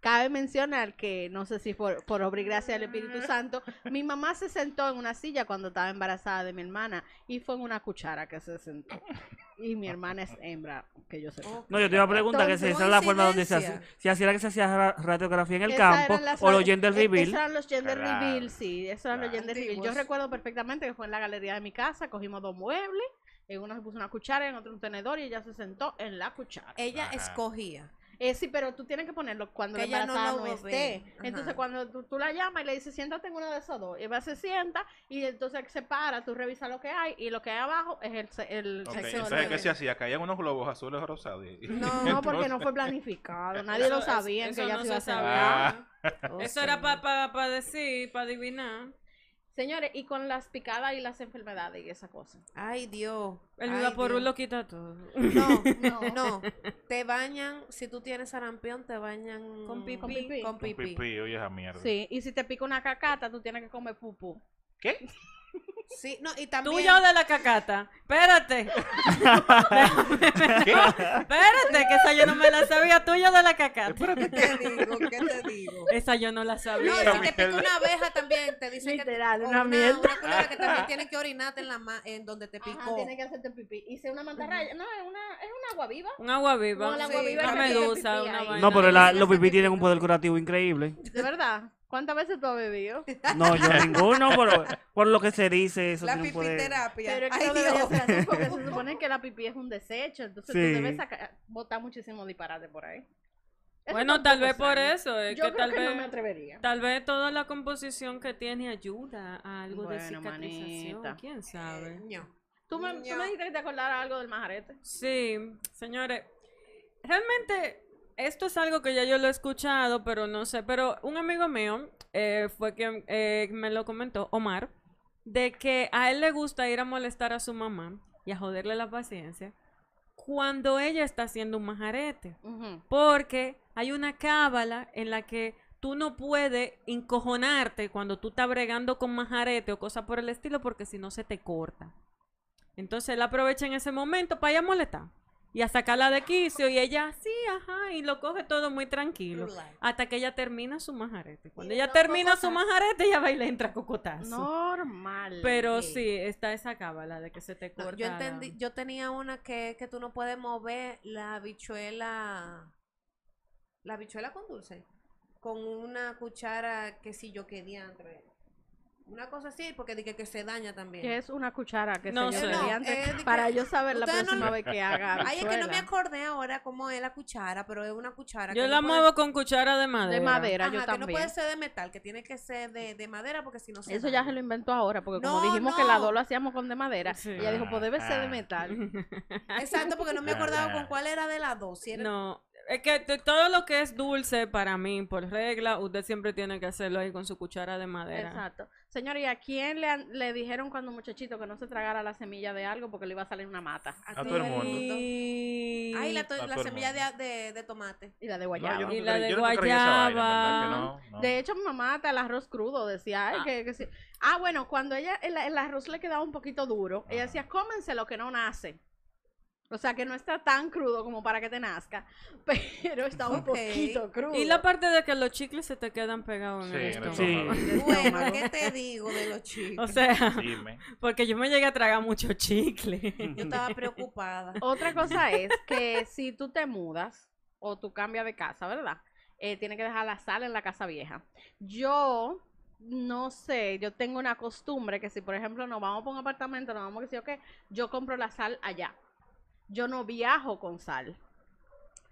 [SPEAKER 3] Cabe mencionar que, no sé si por, por obra y gracia del Espíritu Santo, mi mamá se sentó en una silla cuando estaba embarazada de mi hermana y fue en una cuchara que se sentó. Y mi hermana es hembra, que yo sé.
[SPEAKER 5] No, yo te iba a preguntar que si esa es la forma donde se hacía,
[SPEAKER 6] Coincidencia.
[SPEAKER 5] si así era que se hacía ra- radiografía en el campo o lo gender
[SPEAKER 3] e-, Esos
[SPEAKER 5] reveal.
[SPEAKER 3] eran los gender
[SPEAKER 1] Claro.
[SPEAKER 3] reveal, sí, esos eran los
[SPEAKER 1] Claro.
[SPEAKER 3] gender reveal. Yo
[SPEAKER 4] Antiguos.
[SPEAKER 3] recuerdo perfectamente que fue en la galería de mi casa, cogimos dos muebles, en uno se puso una cuchara, en otro un tenedor y ella se sentó en la cuchara.
[SPEAKER 6] Ella
[SPEAKER 1] Ajá.
[SPEAKER 6] escogía.
[SPEAKER 3] Eh, sí, pero tú tienes que ponerlo cuando
[SPEAKER 6] Que
[SPEAKER 3] la
[SPEAKER 6] ella no
[SPEAKER 3] embarazada no,
[SPEAKER 6] lo ve.
[SPEAKER 3] esté.
[SPEAKER 6] Ajá.
[SPEAKER 3] Entonces, cuando tú, tú la llamas y le dices, siéntate en una de esas dos, ella se sienta y entonces se para, tú revisas lo que hay y lo que hay abajo es el, se- el
[SPEAKER 1] Ok,
[SPEAKER 3] sexo. del
[SPEAKER 1] ¿Sabes
[SPEAKER 3] bebé.
[SPEAKER 1] qué se hacía? Caían unos globos azules o rosados. y-
[SPEAKER 3] No,
[SPEAKER 1] entonces-
[SPEAKER 3] porque no fue planificado, nadie lo
[SPEAKER 2] Eso-
[SPEAKER 3] sabía
[SPEAKER 2] eso
[SPEAKER 3] que ella
[SPEAKER 2] no
[SPEAKER 3] se iba a
[SPEAKER 2] se
[SPEAKER 3] hacer.
[SPEAKER 2] sabía.
[SPEAKER 1] Ah,
[SPEAKER 6] Oh,
[SPEAKER 2] Eso era
[SPEAKER 6] sí.
[SPEAKER 2] para pa, pa decir, para adivinar.
[SPEAKER 3] Señores, y con las picadas y las enfermedades y esa cosa.
[SPEAKER 6] Ay, Dios.
[SPEAKER 2] El
[SPEAKER 6] Ay,
[SPEAKER 2] vaporú
[SPEAKER 6] Dios.
[SPEAKER 2] lo quita todo.
[SPEAKER 6] No, no, no. Te bañan, si tú tienes sarampión, te bañan
[SPEAKER 2] Con pipí.
[SPEAKER 6] Con pipí.
[SPEAKER 3] Con
[SPEAKER 1] un pipí, oye esa mierda.
[SPEAKER 3] Sí, y si te pica una cacata, tú tienes que comer pupú.
[SPEAKER 1] ¿Qué?
[SPEAKER 6] Sí, no, y también.
[SPEAKER 2] ¿Tuya o de la cacata? Espérate. Espérate, que esa yo no me la sabía. ¿Tuya o de la cacata?
[SPEAKER 4] ¿Qué te digo? ¿Qué te digo?
[SPEAKER 2] Esa yo no la
[SPEAKER 6] No,
[SPEAKER 2] sabía.
[SPEAKER 6] y si te pica una abeja también, te dicen
[SPEAKER 3] Literal,
[SPEAKER 6] que. o
[SPEAKER 3] una mierda.
[SPEAKER 6] Una culebra que también tienes que orinarte en, la ma- en donde te
[SPEAKER 3] Ajá,
[SPEAKER 6] picó.
[SPEAKER 3] tienes que hacerte pipí. Y si una mantarraya, no, es una, es una agua viva.
[SPEAKER 2] Un agua viva.
[SPEAKER 3] No, el agua viva
[SPEAKER 2] una
[SPEAKER 3] es la que tiene
[SPEAKER 2] medusa,
[SPEAKER 3] pipí
[SPEAKER 2] una
[SPEAKER 3] ahí.
[SPEAKER 2] vaina.
[SPEAKER 5] No, pero la-
[SPEAKER 2] así.
[SPEAKER 5] los pipí tienen un poder curativo increíble.
[SPEAKER 3] De verdad. ¿Cuántas veces tú has bebido?
[SPEAKER 5] No, yo ninguno, pero por lo que se dice, eso
[SPEAKER 4] La
[SPEAKER 5] tiene un poder.
[SPEAKER 4] pipiterapia.
[SPEAKER 3] Pero es que
[SPEAKER 4] Ay,
[SPEAKER 3] no debería
[SPEAKER 4] Dios.
[SPEAKER 3] ser así porque se supone que la pipí es un desecho. Entonces
[SPEAKER 5] Sí.
[SPEAKER 3] tú debes sacar, botar muchísimo disparate por ahí. Eso
[SPEAKER 2] Bueno,
[SPEAKER 3] tampoco
[SPEAKER 2] tal vez
[SPEAKER 3] es
[SPEAKER 2] por
[SPEAKER 3] sano.
[SPEAKER 2] eso. Es
[SPEAKER 3] Yo
[SPEAKER 2] que
[SPEAKER 3] creo
[SPEAKER 2] tal
[SPEAKER 3] que
[SPEAKER 2] vez.
[SPEAKER 3] no me atrevería.
[SPEAKER 2] Tal vez toda la composición que tiene ayuda a algo de
[SPEAKER 3] Bueno,
[SPEAKER 2] cicatrización.
[SPEAKER 3] manita.
[SPEAKER 2] ¿Quién sabe?
[SPEAKER 4] Ño.
[SPEAKER 3] ¿Tú me, tú
[SPEAKER 4] Ño.
[SPEAKER 3] me dijiste que te acordara algo del majarete.
[SPEAKER 2] Sí, señores, realmente esto es algo que ya yo lo he escuchado, pero no sé, pero un amigo mío eh, fue quien eh, me lo comentó, Omar, de que a él le gusta ir a molestar a su mamá y a joderle la paciencia cuando ella está haciendo un majarete.
[SPEAKER 3] Ujú.
[SPEAKER 2] Porque hay una cábala en la que tú no puedes encojonarte cuando tú estás bregando con majarete o cosas por el estilo porque si no se te corta. Entonces él aprovecha en ese momento para ir a molestar y a sacarla de quicio y ella sí, ajá, y lo coge todo muy tranquilo hasta que ella termina su majarete. Cuando
[SPEAKER 6] Y
[SPEAKER 2] ella
[SPEAKER 6] no
[SPEAKER 2] termina su
[SPEAKER 6] cocotazo.
[SPEAKER 2] majarete, ella va y le entra cocotazo.
[SPEAKER 3] Normal. eh.
[SPEAKER 2] Pero
[SPEAKER 3] sí.
[SPEAKER 2] sí, está esa cábala de que se te
[SPEAKER 6] No,
[SPEAKER 2] corta.
[SPEAKER 6] yo
[SPEAKER 2] la-
[SPEAKER 6] entendí, yo tenía una que, que tú no puedes mover la habichuela, la habichuela con dulce, con una cuchara que si yo quería entre una cosa así, porque dije que se daña también.
[SPEAKER 3] Que es una cuchara que
[SPEAKER 2] No
[SPEAKER 3] se
[SPEAKER 2] sé.
[SPEAKER 3] yo pedí
[SPEAKER 2] No,
[SPEAKER 3] antes
[SPEAKER 6] eh, di
[SPEAKER 3] para
[SPEAKER 6] que-
[SPEAKER 3] yo saber la
[SPEAKER 6] ustedes no
[SPEAKER 3] próxima
[SPEAKER 6] lo-
[SPEAKER 3] vez que haga.
[SPEAKER 6] Ay, es que no me
[SPEAKER 3] habichuela.
[SPEAKER 6] acordé ahora cómo es la cuchara, pero es una cuchara.
[SPEAKER 2] Yo
[SPEAKER 6] que
[SPEAKER 2] la
[SPEAKER 6] no puede-
[SPEAKER 2] muevo con cuchara de madera.
[SPEAKER 3] De madera,
[SPEAKER 6] Ajá,
[SPEAKER 3] yo
[SPEAKER 6] que no
[SPEAKER 3] también.
[SPEAKER 6] puede ser de metal, que tiene que ser de, de madera, porque si no se
[SPEAKER 3] Eso ya
[SPEAKER 6] daña.
[SPEAKER 3] se lo inventó ahora, porque como
[SPEAKER 6] No,
[SPEAKER 3] dijimos que la
[SPEAKER 6] no.
[SPEAKER 3] dos lo hacíamos con de madera,
[SPEAKER 2] Sí.
[SPEAKER 3] ella dijo, pues debe ser de
[SPEAKER 1] Ah.
[SPEAKER 3] metal.
[SPEAKER 6] Exacto, porque no me
[SPEAKER 1] Ya,
[SPEAKER 6] acordaba
[SPEAKER 1] ya.
[SPEAKER 6] con cuál era de las dos. si era-
[SPEAKER 2] No, es que t- todo lo que es dulce para mí, por regla, usted siempre tiene que hacerlo ahí con su cuchara de madera.
[SPEAKER 3] Exacto. Señor, ¿y a quién le, han- le dijeron cuando muchachito que no se tragara la semilla de algo porque le iba a salir una mata?
[SPEAKER 6] a
[SPEAKER 1] todo el mundo.
[SPEAKER 2] Y...
[SPEAKER 6] Ay, la, to-
[SPEAKER 1] A
[SPEAKER 6] la
[SPEAKER 1] todo el
[SPEAKER 6] semilla
[SPEAKER 1] mundo.
[SPEAKER 6] de, de- de tomate.
[SPEAKER 3] Y la de
[SPEAKER 1] No,
[SPEAKER 3] guayaba.
[SPEAKER 1] yo
[SPEAKER 2] Y
[SPEAKER 1] nunca
[SPEAKER 2] la
[SPEAKER 1] creí-
[SPEAKER 2] de
[SPEAKER 1] yo nunca creí esa vaina, en
[SPEAKER 2] guayaba.
[SPEAKER 1] verdad que no, no.
[SPEAKER 3] De hecho, mi mamá hasta el arroz crudo decía, ay,
[SPEAKER 2] Ah.
[SPEAKER 3] que, que sí. Ah, bueno, cuando ella, el, el arroz le quedaba un poquito duro, ella
[SPEAKER 1] Ajá.
[SPEAKER 3] decía, cómenselo que no nace. O sea, que no está tan crudo como para que te nazca, pero está un
[SPEAKER 6] Ok.
[SPEAKER 3] poquito crudo.
[SPEAKER 2] Y la parte de que los chicles se te quedan pegados en
[SPEAKER 1] Sí,
[SPEAKER 2] el
[SPEAKER 1] en el
[SPEAKER 2] estómago.
[SPEAKER 1] estómago.
[SPEAKER 5] Sí.
[SPEAKER 6] Bueno, ¿qué te digo de los
[SPEAKER 2] O
[SPEAKER 6] chicos?
[SPEAKER 2] sea,
[SPEAKER 1] Dime.
[SPEAKER 2] porque yo me llegué a tragar mucho chicle.
[SPEAKER 5] Mm,
[SPEAKER 6] Yo estaba preocupada.
[SPEAKER 3] Otra cosa es que si tú te mudas o tú cambias de casa, ¿verdad? Eh, tienes que dejar la sal en la casa vieja. Yo no sé, yo tengo una costumbre que si, por ejemplo, nos vamos para un apartamento, nos vamos a decir, ok, yo compro la sal allá. Yo no viajo con sal.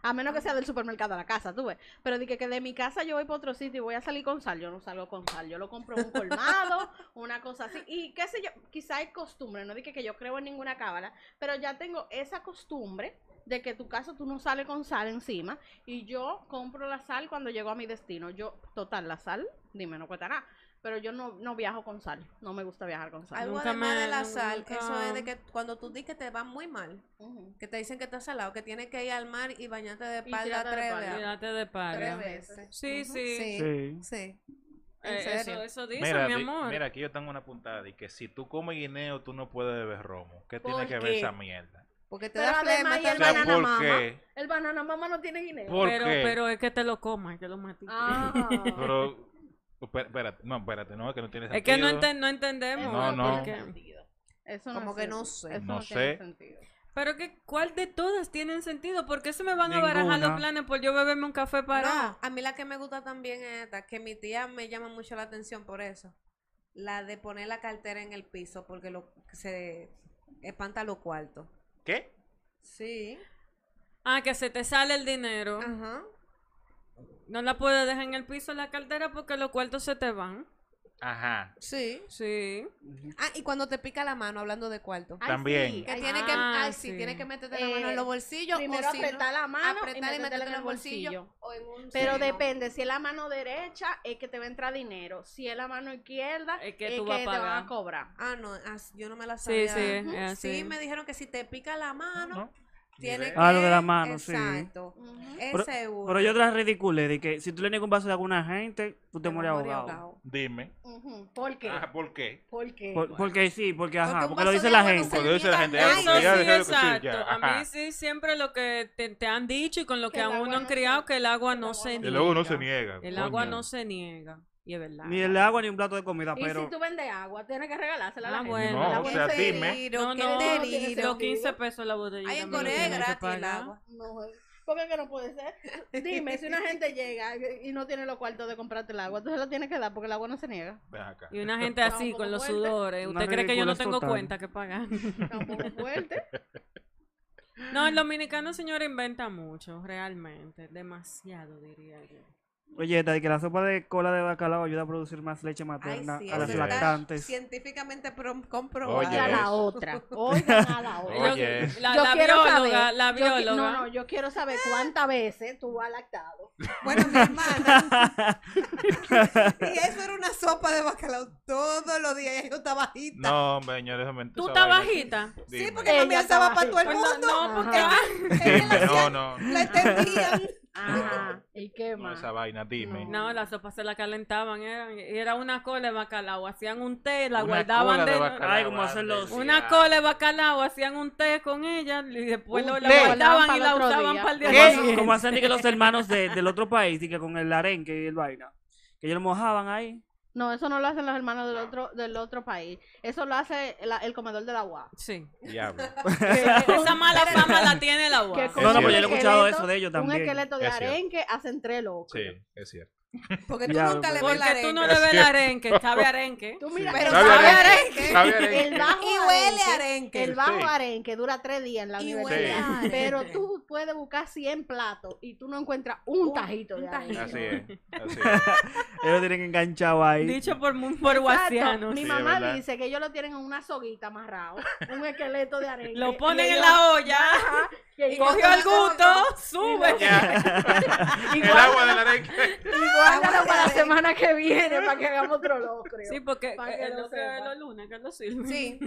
[SPEAKER 3] A menos que sea del supermercado a la casa, tú ves. Pero dije que, que de mi casa yo voy para otro sitio y voy a salir con sal. Yo no salgo con sal. Yo lo compro en un colmado, una cosa así. Y qué sé yo, quizá hay costumbre. No dije que yo creo en ninguna cábala. Pero ya tengo esa costumbre de que tu casa tú no sales con sal encima. Y yo compro la sal cuando llego a mi destino. Yo, total, la sal, dime, no cuesta nada. Pero yo no, no viajo con sal. No me gusta viajar con sal.
[SPEAKER 6] Algo
[SPEAKER 2] Nunca
[SPEAKER 6] además
[SPEAKER 2] me-
[SPEAKER 6] de la
[SPEAKER 2] nu-
[SPEAKER 6] sal, eso
[SPEAKER 2] nunca-
[SPEAKER 6] es de
[SPEAKER 3] ah.
[SPEAKER 6] que cuando tú dices que te va muy mal,
[SPEAKER 3] Ujú.
[SPEAKER 6] que te dicen que estás salado, que tienes que ir al mar y bañarte de
[SPEAKER 3] Y
[SPEAKER 6] espalda
[SPEAKER 3] tirarte de
[SPEAKER 6] tres
[SPEAKER 3] espalda.
[SPEAKER 6] veces.
[SPEAKER 2] Cuídate de
[SPEAKER 6] Tres
[SPEAKER 2] para.
[SPEAKER 6] veces.
[SPEAKER 2] Sí, sí.
[SPEAKER 6] Sí.
[SPEAKER 5] Sí.
[SPEAKER 6] Sí.
[SPEAKER 2] Eh,
[SPEAKER 6] en
[SPEAKER 2] eso,
[SPEAKER 6] serio.
[SPEAKER 2] eso dice,
[SPEAKER 1] Mira,
[SPEAKER 2] mi
[SPEAKER 1] di-
[SPEAKER 2] amor.
[SPEAKER 1] mira, aquí yo tengo una puntada de que si tú comes guineo, tú no puedes beber romo. ¿Qué
[SPEAKER 3] ¿Por
[SPEAKER 1] tiene que ver
[SPEAKER 3] qué?
[SPEAKER 1] esa mierda?
[SPEAKER 6] Porque te
[SPEAKER 3] Pero
[SPEAKER 6] da
[SPEAKER 3] además y
[SPEAKER 6] flema
[SPEAKER 3] el
[SPEAKER 1] O
[SPEAKER 6] también.
[SPEAKER 1] sea,
[SPEAKER 3] banana
[SPEAKER 1] ¿por
[SPEAKER 3] mama.
[SPEAKER 1] qué?
[SPEAKER 3] El banana mamá no tiene dinero.
[SPEAKER 1] ¿Por
[SPEAKER 2] pero,
[SPEAKER 1] qué?
[SPEAKER 2] pero es que te lo comas, que lo mates.
[SPEAKER 6] Ah.
[SPEAKER 3] Ah.
[SPEAKER 1] Pero, espera- espérate, no, espérate, no, es que no tiene
[SPEAKER 2] Es
[SPEAKER 1] sentido.
[SPEAKER 2] que no, enten- no entendemos.
[SPEAKER 1] No,
[SPEAKER 2] ¿por
[SPEAKER 1] no.
[SPEAKER 2] qué?
[SPEAKER 3] Eso no
[SPEAKER 6] Como
[SPEAKER 3] es
[SPEAKER 6] que no
[SPEAKER 3] cierto.
[SPEAKER 6] sé.
[SPEAKER 3] Eso
[SPEAKER 1] No
[SPEAKER 3] tiene
[SPEAKER 1] sé.
[SPEAKER 3] sentido.
[SPEAKER 2] Pero que, ¿cuál de todas tienen sentido? ¿Por qué se me van a
[SPEAKER 5] Ninguna.
[SPEAKER 2] barajar los planes por yo beberme un café para?
[SPEAKER 6] No, a mí la que me gusta también es esta, que mi tía me llama mucho la atención por eso. La de poner la cartera en el piso porque lo, se espanta los cuartos.
[SPEAKER 1] ¿Qué?
[SPEAKER 6] Sí.
[SPEAKER 2] Ah, que se te sale el dinero.
[SPEAKER 3] Ah.
[SPEAKER 6] Ajá.
[SPEAKER 2] No la puedes dejar en el piso la cartera porque los cuartos se te van.
[SPEAKER 1] Ajá.
[SPEAKER 6] Sí.
[SPEAKER 2] Sí.
[SPEAKER 6] Ah, y cuando te pica la mano hablando de cuarto.
[SPEAKER 3] Ay,
[SPEAKER 1] También.
[SPEAKER 3] sí,
[SPEAKER 6] Que
[SPEAKER 3] ay,
[SPEAKER 6] tiene
[SPEAKER 3] sí.
[SPEAKER 6] que,
[SPEAKER 2] Ah,
[SPEAKER 6] ay, sí,
[SPEAKER 2] sí.
[SPEAKER 6] tiene que meterte la mano
[SPEAKER 3] Eh,
[SPEAKER 6] en los bolsillos.
[SPEAKER 3] Primero
[SPEAKER 6] o si no,
[SPEAKER 3] apretar la mano
[SPEAKER 6] apretar
[SPEAKER 3] y meterla en el bolsillo.
[SPEAKER 6] o en un
[SPEAKER 3] Pero
[SPEAKER 6] sí, no.
[SPEAKER 3] depende, si es la mano derecha es que te va a entrar dinero, si es la mano izquierda
[SPEAKER 2] Es que tú vas a
[SPEAKER 3] te van
[SPEAKER 2] pagar.
[SPEAKER 3] a cobrar.
[SPEAKER 6] Ah, no, ah, yo no me la
[SPEAKER 2] Sí,
[SPEAKER 6] sabía.
[SPEAKER 2] sí, es
[SPEAKER 6] Ujú.
[SPEAKER 2] así.
[SPEAKER 6] Sí, me dijeron que si te pica la mano,
[SPEAKER 1] No. ni
[SPEAKER 6] tiene que...
[SPEAKER 1] idea.
[SPEAKER 5] Ah, lo de la mano, sí.
[SPEAKER 6] Exacto.
[SPEAKER 3] Ujú.
[SPEAKER 6] Es
[SPEAKER 5] Pero-
[SPEAKER 6] seguro.
[SPEAKER 5] Pero yo otra ridiculez de que si tú le niegas un vaso de alguna gente, tú te, mueres ahogado.
[SPEAKER 1] Dime.
[SPEAKER 3] Ujú. ¿Por qué?
[SPEAKER 1] Ajá, Ah. ¿por qué?
[SPEAKER 3] ¿Por qué?
[SPEAKER 5] Por- porque sí, porque ajá,
[SPEAKER 6] Porque
[SPEAKER 5] porque,
[SPEAKER 6] un
[SPEAKER 5] lo
[SPEAKER 6] vaso
[SPEAKER 5] dice
[SPEAKER 6] de
[SPEAKER 5] la
[SPEAKER 6] agua no
[SPEAKER 5] gente.
[SPEAKER 6] se
[SPEAKER 1] Lo dice la gente,
[SPEAKER 6] niega
[SPEAKER 1] ya,
[SPEAKER 6] nada.
[SPEAKER 2] Eso
[SPEAKER 1] porque
[SPEAKER 2] sí,
[SPEAKER 1] ya dejé lo que sí,
[SPEAKER 2] exacto.
[SPEAKER 1] ya,
[SPEAKER 2] A
[SPEAKER 1] ajá.
[SPEAKER 2] mí sí siempre lo que te, te han dicho y con lo que,
[SPEAKER 3] Que el
[SPEAKER 2] a
[SPEAKER 3] agua
[SPEAKER 2] uno han
[SPEAKER 3] no
[SPEAKER 2] criado,
[SPEAKER 3] se-
[SPEAKER 2] que el agua
[SPEAKER 3] el
[SPEAKER 2] no
[SPEAKER 3] agua
[SPEAKER 2] se
[SPEAKER 3] no
[SPEAKER 2] niega.
[SPEAKER 1] El agua no se niega.
[SPEAKER 2] El agua
[SPEAKER 1] coño.
[SPEAKER 2] no se niega. Y es verdad.
[SPEAKER 5] Ni el agua ni un plato de comida,
[SPEAKER 3] y
[SPEAKER 5] pero
[SPEAKER 3] si tú vendes agua, tienes que regalársela a la
[SPEAKER 2] Ah,
[SPEAKER 3] gente.
[SPEAKER 2] bueno.
[SPEAKER 3] El
[SPEAKER 1] ah, No, o
[SPEAKER 3] agua
[SPEAKER 1] sea,
[SPEAKER 3] se-
[SPEAKER 1] dime.
[SPEAKER 6] Tiro,
[SPEAKER 2] No,
[SPEAKER 6] qué
[SPEAKER 2] no,
[SPEAKER 6] delito.
[SPEAKER 2] los 15 pesos la botellita.
[SPEAKER 6] Ay, en
[SPEAKER 2] me lo
[SPEAKER 6] Corea es
[SPEAKER 2] tienen que
[SPEAKER 6] gratis el
[SPEAKER 2] pagar.
[SPEAKER 6] agua.
[SPEAKER 3] No, porque que no puede ser. Dime, si una gente llega y no tiene los cuartos de comprarte el agua, entonces lo tienes que dar porque el agua no se niega.
[SPEAKER 1] Ven acá.
[SPEAKER 2] Y una gente
[SPEAKER 3] Vamos
[SPEAKER 2] así,
[SPEAKER 3] como
[SPEAKER 2] con los
[SPEAKER 3] vuelta.
[SPEAKER 2] sudores.
[SPEAKER 5] Una
[SPEAKER 2] ¿Usted cree que yo no
[SPEAKER 5] ridiculez
[SPEAKER 2] tengo
[SPEAKER 5] total.
[SPEAKER 2] cuenta que pagar?
[SPEAKER 3] Tampoco fuerte.
[SPEAKER 2] No, el dominicano, señor, inventa mucho, realmente. Demasiado, diría yo.
[SPEAKER 5] oye, esta de que la sopa de cola de bacalao ayuda a producir más leche
[SPEAKER 6] Ay,
[SPEAKER 5] materna
[SPEAKER 6] sí,
[SPEAKER 5] a
[SPEAKER 1] eso
[SPEAKER 5] las
[SPEAKER 6] está
[SPEAKER 1] está
[SPEAKER 5] lactantes.
[SPEAKER 6] científicamente pro-
[SPEAKER 1] Oye,
[SPEAKER 3] Oigan a
[SPEAKER 1] es.
[SPEAKER 6] comprobado.
[SPEAKER 5] eh.
[SPEAKER 3] la otra. Oigan a la otra.
[SPEAKER 1] Oye.
[SPEAKER 2] Lo- La,
[SPEAKER 3] yo
[SPEAKER 2] la
[SPEAKER 3] quiero
[SPEAKER 2] bióloga,
[SPEAKER 3] saber,
[SPEAKER 2] la
[SPEAKER 3] yo qui-
[SPEAKER 2] bióloga.
[SPEAKER 3] no, no, yo quiero saber cuántas veces tú has lactado.
[SPEAKER 6] Bueno, mi hermana. y eso era una sopa de bacalao todos los días. Y yo estaba bajita.
[SPEAKER 1] No, hombre, señores, momento.
[SPEAKER 2] ¿Tú
[SPEAKER 1] esa
[SPEAKER 2] estás
[SPEAKER 1] vaina.
[SPEAKER 2] bajita?
[SPEAKER 1] Dime.
[SPEAKER 6] Sí, porque mami
[SPEAKER 3] Ella
[SPEAKER 6] alzaba
[SPEAKER 3] estaba
[SPEAKER 6] para todo el
[SPEAKER 2] Pues no, no,
[SPEAKER 6] mundo.
[SPEAKER 2] porque...
[SPEAKER 6] Es que la,
[SPEAKER 1] No, no.
[SPEAKER 6] la entendían.
[SPEAKER 3] Ajá. ¿Y qué
[SPEAKER 1] No,
[SPEAKER 3] más?
[SPEAKER 1] esa vaina, dime.
[SPEAKER 2] No, la sopa se la calentaban, eran- era una cola de bacalao, hacían un té, la
[SPEAKER 1] Una
[SPEAKER 2] guardaban
[SPEAKER 1] cola de
[SPEAKER 2] de-
[SPEAKER 1] bacalao,
[SPEAKER 5] Ay, como hacen los-
[SPEAKER 1] Andrea.
[SPEAKER 2] una cola de bacalao, hacían un té con ella y después
[SPEAKER 1] Un
[SPEAKER 2] lo- la
[SPEAKER 1] té.
[SPEAKER 2] guardaban y
[SPEAKER 3] Para
[SPEAKER 2] la
[SPEAKER 3] el otro
[SPEAKER 2] usaban
[SPEAKER 3] día.
[SPEAKER 2] para el día
[SPEAKER 5] Como hacen-
[SPEAKER 2] siguiente.
[SPEAKER 5] Como hacen de que los hermanos de- del otro país, de que con el arenque y el vaina. Que ellos lo mojaban ahí.
[SPEAKER 3] No, eso no lo hacen los hermanos del otro, del otro país. Eso lo hace la- el comedor de la UAP.
[SPEAKER 2] Sí.
[SPEAKER 1] Diablo.
[SPEAKER 2] Esa mala fama la tiene la
[SPEAKER 3] Que
[SPEAKER 2] UAS.
[SPEAKER 3] con
[SPEAKER 5] No,
[SPEAKER 1] no,
[SPEAKER 3] un
[SPEAKER 1] pero yo
[SPEAKER 5] he escuchado
[SPEAKER 3] esqueleto-
[SPEAKER 5] eso de ellos también.
[SPEAKER 3] Un esqueleto de
[SPEAKER 1] Es cierto.
[SPEAKER 3] arenque hacen tres locos.
[SPEAKER 1] Sí, es cierto.
[SPEAKER 4] Porque tú
[SPEAKER 5] Ya,
[SPEAKER 4] nunca le ves la
[SPEAKER 2] Porque tú no
[SPEAKER 4] arenque.
[SPEAKER 2] le ves el arenque, sabe arenque.
[SPEAKER 3] Tú
[SPEAKER 5] Sí.
[SPEAKER 3] mira,
[SPEAKER 4] Pero
[SPEAKER 3] el
[SPEAKER 1] Sabe
[SPEAKER 3] bajo
[SPEAKER 1] arenque.
[SPEAKER 4] arenque.
[SPEAKER 1] Sabe arenque.
[SPEAKER 3] El bajo
[SPEAKER 4] Y huele a
[SPEAKER 3] arenque,
[SPEAKER 4] arenque.
[SPEAKER 3] El bajo
[SPEAKER 1] Sí.
[SPEAKER 3] arenque dura tres días en la
[SPEAKER 4] Y
[SPEAKER 3] universidad.
[SPEAKER 4] huele a arenque.
[SPEAKER 3] Pero tú puedes buscar 100 platos y tú no encuentras un,
[SPEAKER 6] Un-
[SPEAKER 3] tajito de
[SPEAKER 6] un
[SPEAKER 3] arenque.
[SPEAKER 6] tajito.
[SPEAKER 1] Así es. Así es.
[SPEAKER 5] Ellos tienen enganchado ahí.
[SPEAKER 2] Dicho por, mu- por
[SPEAKER 3] Exacto.
[SPEAKER 2] guasianos.
[SPEAKER 3] Mi
[SPEAKER 1] Sí, es
[SPEAKER 3] mamá
[SPEAKER 1] verdad.
[SPEAKER 3] dice que ellos lo tienen en una soguita amarrado, un esqueleto de arenque.
[SPEAKER 2] Lo ponen
[SPEAKER 3] y
[SPEAKER 2] en
[SPEAKER 3] ellos-
[SPEAKER 2] la olla,
[SPEAKER 3] Ajá, y ellos-
[SPEAKER 2] cogió el gusto, sube.
[SPEAKER 1] El agua del arenque.
[SPEAKER 3] Y guárdalo para la semana que viene para que hagamos otro locrio.
[SPEAKER 2] Sí, porque eh,
[SPEAKER 3] Pa' que
[SPEAKER 2] es
[SPEAKER 3] lo
[SPEAKER 2] lo que
[SPEAKER 3] sepa.
[SPEAKER 2] los lunes que lo sirven.
[SPEAKER 6] Sí.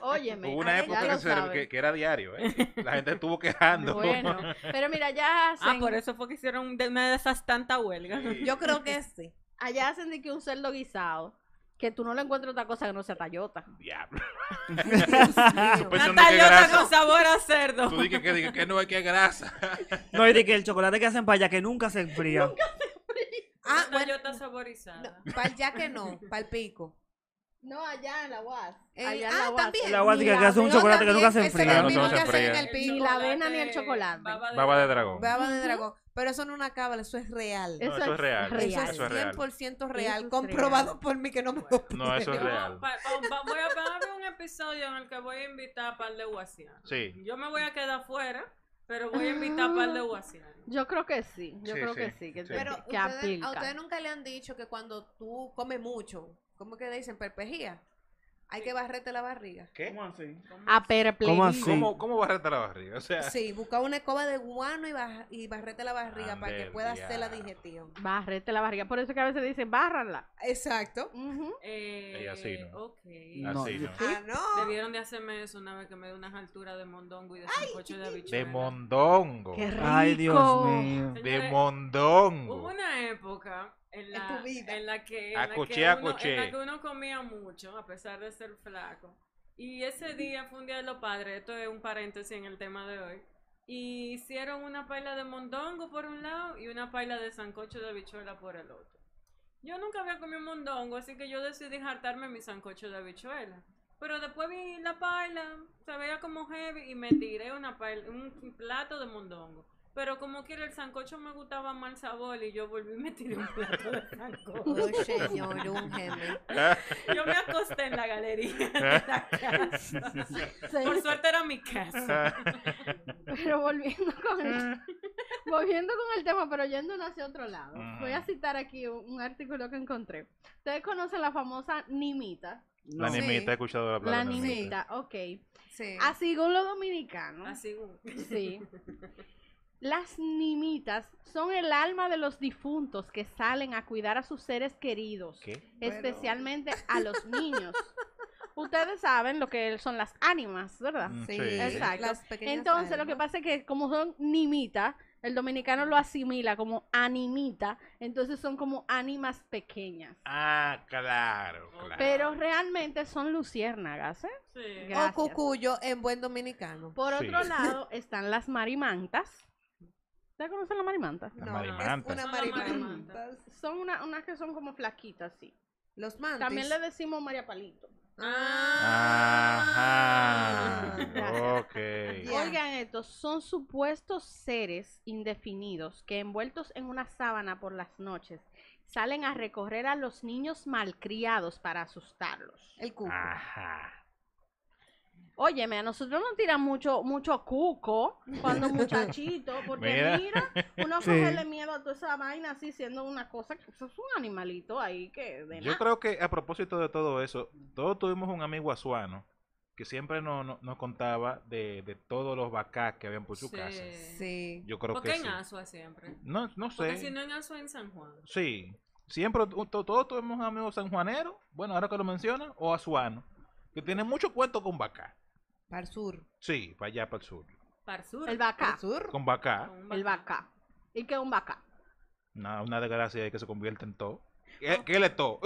[SPEAKER 3] Óyeme.
[SPEAKER 1] Hubo una
[SPEAKER 3] ya
[SPEAKER 1] época
[SPEAKER 3] lo
[SPEAKER 1] que, se-
[SPEAKER 3] saben.
[SPEAKER 1] que- que era diario, ¿eh? La gente estuvo quejando.
[SPEAKER 3] Bueno, pero mira, allá hacen,
[SPEAKER 2] Ah, por eso fue que hicieron de- una de esas tantas huelgas.
[SPEAKER 6] Yo creo que sí.
[SPEAKER 3] allá hacen de que un cerdo guisado, que tú no le encuentras otra cosa que no sea tallota.
[SPEAKER 1] Diablo.
[SPEAKER 2] Una
[SPEAKER 5] pues,
[SPEAKER 1] Suspección de que
[SPEAKER 2] tallota con
[SPEAKER 1] grasa.
[SPEAKER 2] sabor a cerdo.
[SPEAKER 1] Tú dije que, dije que no hay que grasa.
[SPEAKER 5] No, y de que el chocolate que hacen para allá que nunca se enfría.
[SPEAKER 6] Ah,
[SPEAKER 2] Una
[SPEAKER 6] bueno.
[SPEAKER 2] tallota saborizada.
[SPEAKER 6] Para el ya que no, para el pico.
[SPEAKER 3] No, allá en la UAS.
[SPEAKER 6] Eh,
[SPEAKER 3] allá en
[SPEAKER 6] ah,
[SPEAKER 3] la UAS.
[SPEAKER 6] también.
[SPEAKER 5] La guardia
[SPEAKER 3] Ni
[SPEAKER 5] que hace un
[SPEAKER 3] la
[SPEAKER 5] chocolate que
[SPEAKER 6] Yo
[SPEAKER 5] nunca se
[SPEAKER 6] también,
[SPEAKER 5] enfría.
[SPEAKER 1] No,
[SPEAKER 6] Eso
[SPEAKER 1] no
[SPEAKER 6] lo
[SPEAKER 1] se
[SPEAKER 6] mismo que hacen en
[SPEAKER 1] enfría.
[SPEAKER 6] el pico.
[SPEAKER 3] Ni la avena ni el chocolate.
[SPEAKER 1] Baba de dragón.
[SPEAKER 6] Baba de dragón. Pero eso no es una cábala, eso es real.
[SPEAKER 1] No, eso es real.
[SPEAKER 6] Eso es
[SPEAKER 1] Eso es real.
[SPEAKER 6] 100%
[SPEAKER 3] Eso es
[SPEAKER 6] real,
[SPEAKER 3] real.
[SPEAKER 6] comprobado por mí que no me lo
[SPEAKER 1] No, eso es
[SPEAKER 6] creo.
[SPEAKER 1] real.
[SPEAKER 2] Pa- pa- pa- voy a va a haber un episodio en el que voy a invitar a par de guasianos.
[SPEAKER 1] Sí.
[SPEAKER 2] Yo me voy a quedar fuera, pero voy a invitar a par de guasianos.
[SPEAKER 3] Yo creo que sí, yo
[SPEAKER 1] Sí,
[SPEAKER 3] creo
[SPEAKER 1] sí,
[SPEAKER 3] que sí, que,
[SPEAKER 1] sí.
[SPEAKER 6] Pero
[SPEAKER 3] que
[SPEAKER 6] ustedes,
[SPEAKER 3] aplica.
[SPEAKER 6] a ustedes nunca le han dicho que cuando tú comes mucho, ¿cómo que le dicen? Perpejía. Hay que barrete la barriga.
[SPEAKER 1] ¿Qué?
[SPEAKER 5] así?
[SPEAKER 3] Aperplejido.
[SPEAKER 5] ¿Cómo así?
[SPEAKER 1] ¿Cómo, ¿Cómo barrete la barriga? O sea,
[SPEAKER 6] Sí, busca una escoba de guano y, baj- y barrete la barriga para que
[SPEAKER 1] Ande,
[SPEAKER 6] pueda hacer la
[SPEAKER 1] diablo.
[SPEAKER 6] digestión.
[SPEAKER 3] Bárrete la barriga. Por eso que a veces dicen, bárrala.
[SPEAKER 6] Exacto.
[SPEAKER 3] Ujú.
[SPEAKER 2] Eh,
[SPEAKER 1] Ella sí, ¿no?
[SPEAKER 2] Ok.
[SPEAKER 5] No.
[SPEAKER 1] así, ¿no?
[SPEAKER 6] Ah, no.
[SPEAKER 2] Debieron de hacerme eso una vez que me dio unas alturas de mondongo y de sancocho de habichuela.
[SPEAKER 1] De mondongo.
[SPEAKER 3] Qué rico.
[SPEAKER 5] Ay, Dios mío.
[SPEAKER 1] De
[SPEAKER 2] Señores, Hubo
[SPEAKER 1] mondongo.
[SPEAKER 2] una época en
[SPEAKER 6] En
[SPEAKER 2] la,
[SPEAKER 6] tu vida.
[SPEAKER 2] en la que, en
[SPEAKER 1] Acuché,
[SPEAKER 2] la que uno,
[SPEAKER 1] acuché.
[SPEAKER 2] en la que uno comía mucho, a pesar de ser flaco. Y ese día fue un día de los padres, esto es un paréntesis en el tema de hoy. Y hicieron una paila de mondongo por un lado y una paila de sancocho de habichuela por el otro. Yo nunca había comido mondongo, así que yo decidí hartarme mi sancocho de habichuela. Pero después vi la paila, se veía como heavy y me tiré una paila- un plato de mondongo. Pero como quiera, el sancocho me gustaba mal sabor y yo volví y me tiré un plato de sancocho.
[SPEAKER 6] Oh, señor, un geme.
[SPEAKER 2] Yo me acosté en la galería de la casa. Por suerte era mi casa.
[SPEAKER 3] Pero volviendo con el,
[SPEAKER 1] Ah.
[SPEAKER 3] volviendo con el tema, pero yéndonos hacia otro lado.
[SPEAKER 1] Ajá.
[SPEAKER 3] Voy a citar aquí un, un artículo que encontré. Ustedes conocen la famosa nimita.
[SPEAKER 1] La
[SPEAKER 5] No.
[SPEAKER 1] nimita, he escuchado la palabra
[SPEAKER 3] la nimita, ok.
[SPEAKER 6] Sí.
[SPEAKER 3] Así según los dominicanos,
[SPEAKER 2] Así. uh,
[SPEAKER 3] sí. Las nimitas son el alma de los difuntos que salen a cuidar a sus seres queridos,
[SPEAKER 1] ¿Qué?
[SPEAKER 3] especialmente a los niños. Ustedes saben lo que son las ánimas, ¿verdad?
[SPEAKER 1] Mm,
[SPEAKER 6] Sí,
[SPEAKER 1] sí.
[SPEAKER 3] Exacto.
[SPEAKER 6] las pequeñas
[SPEAKER 3] Entonces, lo que
[SPEAKER 6] almas.
[SPEAKER 3] pasa es que como son nimitas, el dominicano lo asimila como animita, entonces son como ánimas pequeñas.
[SPEAKER 1] Ah, claro, claro.
[SPEAKER 3] Pero realmente son luciérnagas, ¿eh?
[SPEAKER 2] Sí.
[SPEAKER 3] Gracias.
[SPEAKER 6] O cucuyo en buen dominicano.
[SPEAKER 3] Por
[SPEAKER 1] Sí.
[SPEAKER 3] otro lado están las marimantas. ¿Ustedes conocen las marimantas?
[SPEAKER 1] Las
[SPEAKER 6] No,
[SPEAKER 1] marimantas.
[SPEAKER 6] es una
[SPEAKER 2] Son las
[SPEAKER 6] marimanta.
[SPEAKER 3] Son una- unas que son como flaquitas, sí.
[SPEAKER 6] Los mantis.
[SPEAKER 3] También le decimos María Palito.
[SPEAKER 1] Ajá.
[SPEAKER 3] Gracias.
[SPEAKER 1] Ok.
[SPEAKER 6] Ya.
[SPEAKER 3] Oigan estos son supuestos seres indefinidos que envueltos en una sábana por las noches salen a recorrer a los niños malcriados para asustarlos.
[SPEAKER 6] El cuco.
[SPEAKER 1] Ah. Ajá.
[SPEAKER 3] Óyeme, a nosotros nos tiran mucho, mucho cuco cuando muchachito, porque
[SPEAKER 1] Mira.
[SPEAKER 3] mira, uno
[SPEAKER 5] Sí.
[SPEAKER 3] cogerle miedo a toda esa vaina así siendo una cosa, que eso es un animalito ahí que de
[SPEAKER 1] Yo
[SPEAKER 3] nada.
[SPEAKER 1] creo que a propósito de todo eso, todos tuvimos un amigo azuano que siempre no- no- nos contaba de, de todos los vacas que habían por su
[SPEAKER 2] Sí.
[SPEAKER 1] casa.
[SPEAKER 6] Sí.
[SPEAKER 1] Yo creo
[SPEAKER 2] ¿Por qué
[SPEAKER 1] que sí.
[SPEAKER 2] en Asua siempre?
[SPEAKER 1] No, no
[SPEAKER 2] Porque
[SPEAKER 1] sé.
[SPEAKER 2] si no en Asua, en San Juan.
[SPEAKER 1] Sí. Siempre tu- to- todos tuvimos un amigo sanjuanero, bueno, ahora que lo menciona, o azuano, que tiene mucho cuento con vaca.
[SPEAKER 6] Para el sur.
[SPEAKER 1] Sí, para allá, para el sur.
[SPEAKER 2] Parsur.
[SPEAKER 3] El
[SPEAKER 6] Para
[SPEAKER 3] vaca,
[SPEAKER 6] el sur.
[SPEAKER 1] Con vaca.
[SPEAKER 2] Con un
[SPEAKER 3] el vaca. ¿Y que un vaca?
[SPEAKER 1] Una, una desgracia es que se convierte en todo. ¿Qué, qué él es todo?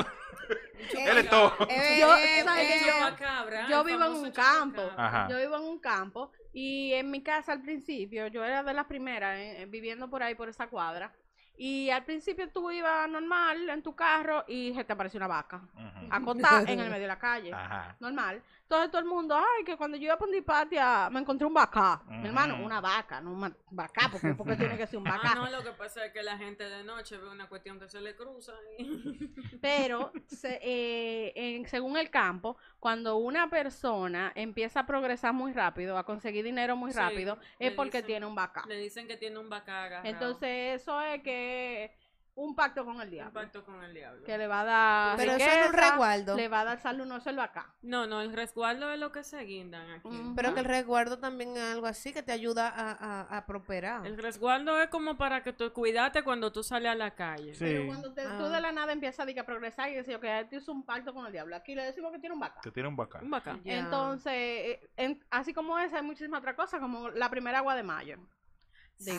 [SPEAKER 1] él
[SPEAKER 4] Eh,
[SPEAKER 1] es todo.
[SPEAKER 4] eh,
[SPEAKER 3] Yo-
[SPEAKER 4] eh,
[SPEAKER 3] ¿sabes
[SPEAKER 4] eh,
[SPEAKER 3] qué?
[SPEAKER 2] Chupacabra, el
[SPEAKER 3] yo vivo en
[SPEAKER 2] famoso
[SPEAKER 3] un campo.
[SPEAKER 2] chupacabra.
[SPEAKER 1] Ajá.
[SPEAKER 3] Yo vivo en un campo y en mi casa al principio, yo era de las primeras eh, eh, viviendo por ahí, por esa cuadra. Y al principio tú ibas normal en tu carro y se te apareció una vaca
[SPEAKER 1] Ujú.
[SPEAKER 3] acotada en el medio de la calle.
[SPEAKER 1] Ajá.
[SPEAKER 3] Normal. Entonces todo el mundo, ay, que cuando yo iba a Pondipatia ah, me encontré un vaca. Mi hermano,
[SPEAKER 1] Ujú.
[SPEAKER 3] una vaca, no un vaca, porque, porque tiene que ser un vaca.
[SPEAKER 2] Ah, no, lo que pasa es que la gente de noche ve una cuestión que se le cruza y...
[SPEAKER 3] Pero se- eh, en- según el campo, cuando una persona empieza a progresar muy rápido, a conseguir dinero muy
[SPEAKER 2] Sí,
[SPEAKER 3] rápido, es
[SPEAKER 2] le
[SPEAKER 3] porque
[SPEAKER 2] dicen-
[SPEAKER 3] tiene un vaca.
[SPEAKER 2] le dicen que tiene un vaca agarrado,
[SPEAKER 3] Entonces eso es que un pacto con el
[SPEAKER 2] un
[SPEAKER 3] diablo.
[SPEAKER 2] pacto con el diablo.
[SPEAKER 3] Que le va a dar
[SPEAKER 4] Pero eso no es un
[SPEAKER 3] riqueza,
[SPEAKER 4] resguardo.
[SPEAKER 3] Le va a dar salud, no se lo acá.
[SPEAKER 2] No, no, el resguardo es lo que se guindan aquí.
[SPEAKER 3] Mm.
[SPEAKER 4] Pero que el resguardo también es algo así que te ayuda a, a, a prosperar.
[SPEAKER 2] El resguardo es como para que tú cuidate cuando tú sales a la calle.
[SPEAKER 3] Pero
[SPEAKER 5] Sí.
[SPEAKER 3] cuando te-
[SPEAKER 4] Ah.
[SPEAKER 3] tú de la nada empiezas a, dique, a progresar y decir, ok, este hizo un pacto con el diablo. Aquí le decimos que tiene un vaca.
[SPEAKER 1] Que tiene un bacán.
[SPEAKER 2] Un vaca.
[SPEAKER 4] Ya.
[SPEAKER 3] Entonces, eh, en- así como esa, hay muchísimas otras cosas, como la primera agua de mayo,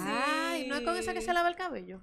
[SPEAKER 4] Ay, no es con esa que
[SPEAKER 2] Sí.
[SPEAKER 4] se lava el cabello.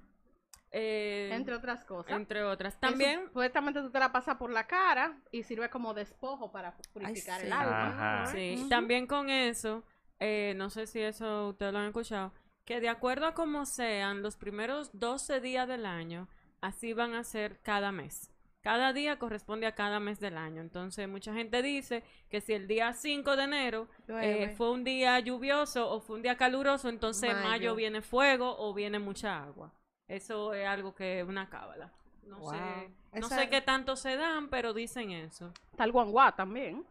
[SPEAKER 2] Eh,
[SPEAKER 3] entre otras cosas.
[SPEAKER 2] entre otras.
[SPEAKER 3] Eso,
[SPEAKER 2] También
[SPEAKER 3] supuestamente tú te la pasas por la cara y sirve como despojo para purificar
[SPEAKER 4] sí.
[SPEAKER 3] el alma.
[SPEAKER 1] Ajá.
[SPEAKER 2] Sí, también con eso, eh, no sé si eso ustedes lo han escuchado, que de acuerdo a como sean los primeros 12 días del año, así van a ser cada mes. Cada día corresponde a cada mes del año. Entonces, mucha gente dice que si el día 5 de enero eh,
[SPEAKER 4] Llueve.
[SPEAKER 2] fue un día lluvioso o fue un día caluroso, entonces en mayo.
[SPEAKER 4] Mayo.
[SPEAKER 2] viene fuego o viene mucha agua. Eso es algo que es una cábala. No
[SPEAKER 4] Wow.
[SPEAKER 2] sé, no
[SPEAKER 4] Esa-
[SPEAKER 2] sé qué tanto se dan, pero dicen eso.
[SPEAKER 3] Está el guanguá también.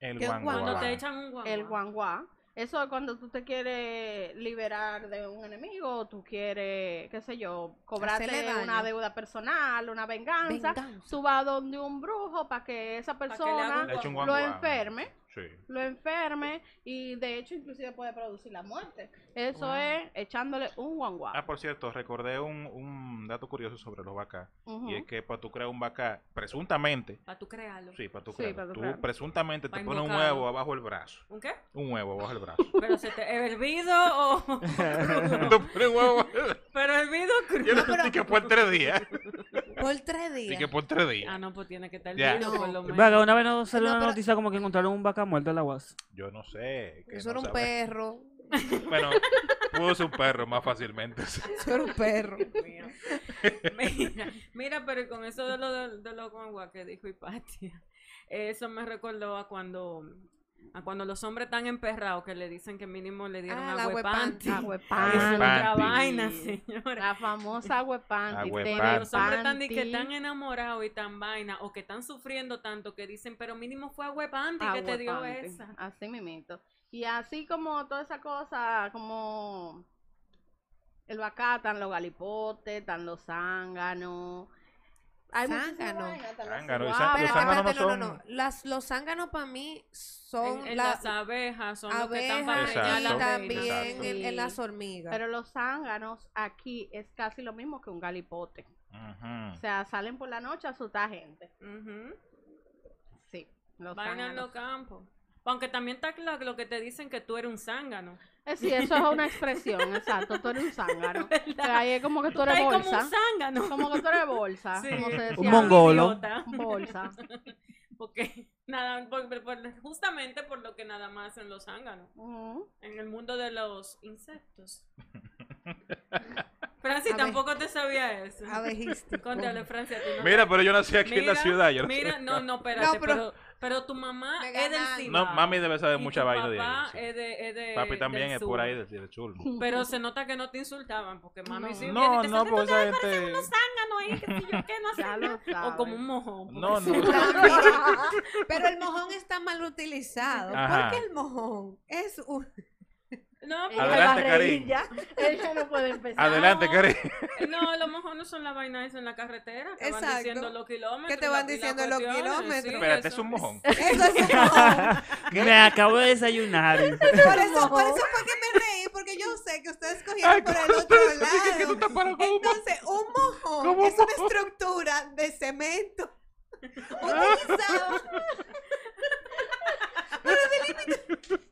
[SPEAKER 1] El
[SPEAKER 4] Que
[SPEAKER 1] guanguá.
[SPEAKER 4] cuando
[SPEAKER 2] Cuando te echan un guanguá.
[SPEAKER 3] El guanguá. Eso es cuando tú te quieres liberar de un enemigo o tú quieres, qué sé yo,
[SPEAKER 4] Hacerle
[SPEAKER 3] cobrarte
[SPEAKER 4] daño.
[SPEAKER 3] una deuda personal, una venganza.
[SPEAKER 4] Venganza.
[SPEAKER 3] Tú vas donde un brujo para que esa
[SPEAKER 2] que le haga
[SPEAKER 3] persona
[SPEAKER 2] un
[SPEAKER 1] Le echa un
[SPEAKER 3] lo
[SPEAKER 1] guanguá.
[SPEAKER 3] enferme.
[SPEAKER 1] Sí.
[SPEAKER 3] Lo enferme y de hecho inclusive puede producir la muerte. Eso es echándole un guanguá.
[SPEAKER 1] Ah, por cierto, recordé un, un dato curioso sobre los vacas.
[SPEAKER 3] Ujú.
[SPEAKER 1] Y es que para tú crear un vaca, presuntamente,
[SPEAKER 2] Para tú crearlo.
[SPEAKER 1] sí, para tú
[SPEAKER 3] Sí,
[SPEAKER 1] crearlo,
[SPEAKER 3] para tú
[SPEAKER 1] tú
[SPEAKER 3] crearlo.
[SPEAKER 1] presuntamente te
[SPEAKER 2] Pa'
[SPEAKER 1] pones un
[SPEAKER 2] invocarlo.
[SPEAKER 1] huevo abajo el brazo.
[SPEAKER 2] ¿Un qué?
[SPEAKER 1] Un huevo abajo el brazo.
[SPEAKER 2] Pero se te ¿eh, hervido o
[SPEAKER 1] te pones un huevo abajo el
[SPEAKER 2] pero hervido
[SPEAKER 1] Yo
[SPEAKER 2] crudo.
[SPEAKER 1] no sentí que por tres días.
[SPEAKER 4] Por tres
[SPEAKER 1] Así
[SPEAKER 4] días.
[SPEAKER 1] que por tres
[SPEAKER 2] Ah,
[SPEAKER 1] días.
[SPEAKER 2] no, pues tiene que estar
[SPEAKER 1] Ya.
[SPEAKER 2] hervido por lo menos.
[SPEAKER 5] Vaga, una vez nos salió
[SPEAKER 4] No,
[SPEAKER 5] una
[SPEAKER 4] pero-
[SPEAKER 5] noticia como que encontraron un vaca muerto en la UAS.
[SPEAKER 1] Yo no sé. que
[SPEAKER 4] Eso
[SPEAKER 1] no
[SPEAKER 4] era un
[SPEAKER 1] sabe.
[SPEAKER 4] perro.
[SPEAKER 1] Bueno, pudo ser un perro más fácilmente. sí.
[SPEAKER 4] Eso era un perro.
[SPEAKER 2] Mira, mira, pero con eso de lo de, de lo guangua que dijo Hipatia, eso me recordó a cuando a cuando los hombres están emperrados que le dicen que mínimo le dieron
[SPEAKER 4] Ah, la
[SPEAKER 2] agua
[SPEAKER 4] huepanti.
[SPEAKER 2] panty.
[SPEAKER 3] Agua de
[SPEAKER 1] Ah,
[SPEAKER 2] Eso es otra
[SPEAKER 1] huepanti.
[SPEAKER 2] vaina, señora.
[SPEAKER 3] La famosa agua panty.
[SPEAKER 1] Agua panty.
[SPEAKER 3] te
[SPEAKER 2] Los hombres están
[SPEAKER 3] panty,
[SPEAKER 2] di que tan enamorados y tan vaina o que están sufriendo tanto que dicen, pero mínimo fue agua panty que
[SPEAKER 3] agua
[SPEAKER 2] te dio
[SPEAKER 3] panty.
[SPEAKER 2] esa.
[SPEAKER 3] Así mismito. Y así como toda esa cosa, como el bacá, están los galipotes, están los zánganos. Hay muchísimas
[SPEAKER 4] Zángano.
[SPEAKER 3] vainas, están los
[SPEAKER 1] Zángano y zá-
[SPEAKER 3] guapas.
[SPEAKER 1] Los
[SPEAKER 4] Espérate,
[SPEAKER 1] zánganos no
[SPEAKER 4] espérate, no, no,
[SPEAKER 1] son-
[SPEAKER 4] no. Las, los zánganos para mí son
[SPEAKER 2] En, en
[SPEAKER 4] la-
[SPEAKER 2] las abejas son los que están para
[SPEAKER 4] abejas
[SPEAKER 1] Exacto.
[SPEAKER 2] preñar
[SPEAKER 4] y
[SPEAKER 2] las
[SPEAKER 4] también
[SPEAKER 2] reinas.
[SPEAKER 1] Exacto.
[SPEAKER 4] en, en las
[SPEAKER 3] Sí.
[SPEAKER 4] hormigas.
[SPEAKER 3] Pero los zánganos aquí es casi lo mismo que un galipote. O
[SPEAKER 1] Ujú.
[SPEAKER 3] sea, salen por la noche a asustar gente.
[SPEAKER 2] Ujú.
[SPEAKER 3] Sí, los
[SPEAKER 2] Vaina en los
[SPEAKER 3] zánganos.
[SPEAKER 2] campos. Aunque también está lo, lo que te dicen que tú eres un zángano.
[SPEAKER 3] Eh, sí, eso es una expresión, exacto. Tú eres un zángano. Que Ahí es como que tú eres
[SPEAKER 2] Estás ahí
[SPEAKER 3] bolsa.
[SPEAKER 2] como un zángano.
[SPEAKER 3] Como que tú eres bolsa.
[SPEAKER 2] Sí.
[SPEAKER 3] Como se decía.
[SPEAKER 5] Un mongolo.
[SPEAKER 2] idiota.
[SPEAKER 3] Bolsa.
[SPEAKER 2] Porque nada, por- por- por- justamente por lo que nada más hacen los zánganos.
[SPEAKER 3] Ujú.
[SPEAKER 2] En el mundo de los insectos. Francis,
[SPEAKER 4] A ver.
[SPEAKER 2] tampoco te sabía eso.
[SPEAKER 4] Abejístico.
[SPEAKER 2] Contale, Francia. a ti no te-
[SPEAKER 1] Mira, pero yo nací aquí en la
[SPEAKER 2] Mira,
[SPEAKER 1] ciudad. yo no
[SPEAKER 2] mira,
[SPEAKER 1] sé.
[SPEAKER 2] no, no, espérate,
[SPEAKER 4] No, pero-
[SPEAKER 2] pero, pero, tu mamá
[SPEAKER 4] Me
[SPEAKER 2] es del
[SPEAKER 4] ganaron.
[SPEAKER 2] Cibao.
[SPEAKER 1] No, mami debe saber
[SPEAKER 2] Y
[SPEAKER 1] mucha
[SPEAKER 2] tu
[SPEAKER 1] vaina de
[SPEAKER 2] papá
[SPEAKER 1] ahí, sí.
[SPEAKER 2] es de- es de-
[SPEAKER 1] Papi también
[SPEAKER 2] del
[SPEAKER 1] es por ahí
[SPEAKER 2] sur.
[SPEAKER 1] del, del sur.
[SPEAKER 2] Pero se nota que no te insultaban, porque mami
[SPEAKER 3] No.
[SPEAKER 2] sí
[SPEAKER 1] No,
[SPEAKER 2] viene y te
[SPEAKER 1] no,
[SPEAKER 2] dice, "Tú
[SPEAKER 1] porque
[SPEAKER 2] te
[SPEAKER 1] esa
[SPEAKER 2] ves parecen
[SPEAKER 1] gente-
[SPEAKER 2] unos zánganos ahí, que si yo qué, no hacen nada".
[SPEAKER 3] Ya lo sabes.
[SPEAKER 2] O como un mojón. pues. porque
[SPEAKER 1] No,
[SPEAKER 2] sí.
[SPEAKER 1] no.
[SPEAKER 4] Pero el mojón está mal utilizado.
[SPEAKER 1] Ajá.
[SPEAKER 4] ¿Por qué el mojón? Es un...
[SPEAKER 2] No,
[SPEAKER 3] Ella
[SPEAKER 1] Adelante,
[SPEAKER 3] va a
[SPEAKER 1] Karin.
[SPEAKER 3] reír ya. Ella no puede empezar.
[SPEAKER 1] Adelante,
[SPEAKER 2] No.
[SPEAKER 1] Karen.
[SPEAKER 2] porque- no, los mojones son las vainas esas en la carretera, que van
[SPEAKER 4] Exacto.
[SPEAKER 2] diciendo los kilómetros.
[SPEAKER 4] Que te
[SPEAKER 2] y la-
[SPEAKER 4] van
[SPEAKER 2] y las
[SPEAKER 4] diciendo los
[SPEAKER 2] cuestiones,
[SPEAKER 4] kilómetros.
[SPEAKER 2] sí,
[SPEAKER 1] Espérate, es
[SPEAKER 2] eso.
[SPEAKER 1] un mojón.
[SPEAKER 4] Eso es un mojón.
[SPEAKER 5] Me acabo de desayunar.
[SPEAKER 4] Por eso, por eso fue que me reí, porque yo sé que ustedes cogieron por el otro lado. Entonces, un mojón
[SPEAKER 1] como un
[SPEAKER 4] es una estructura de cemento utilizada.
[SPEAKER 1] Ah.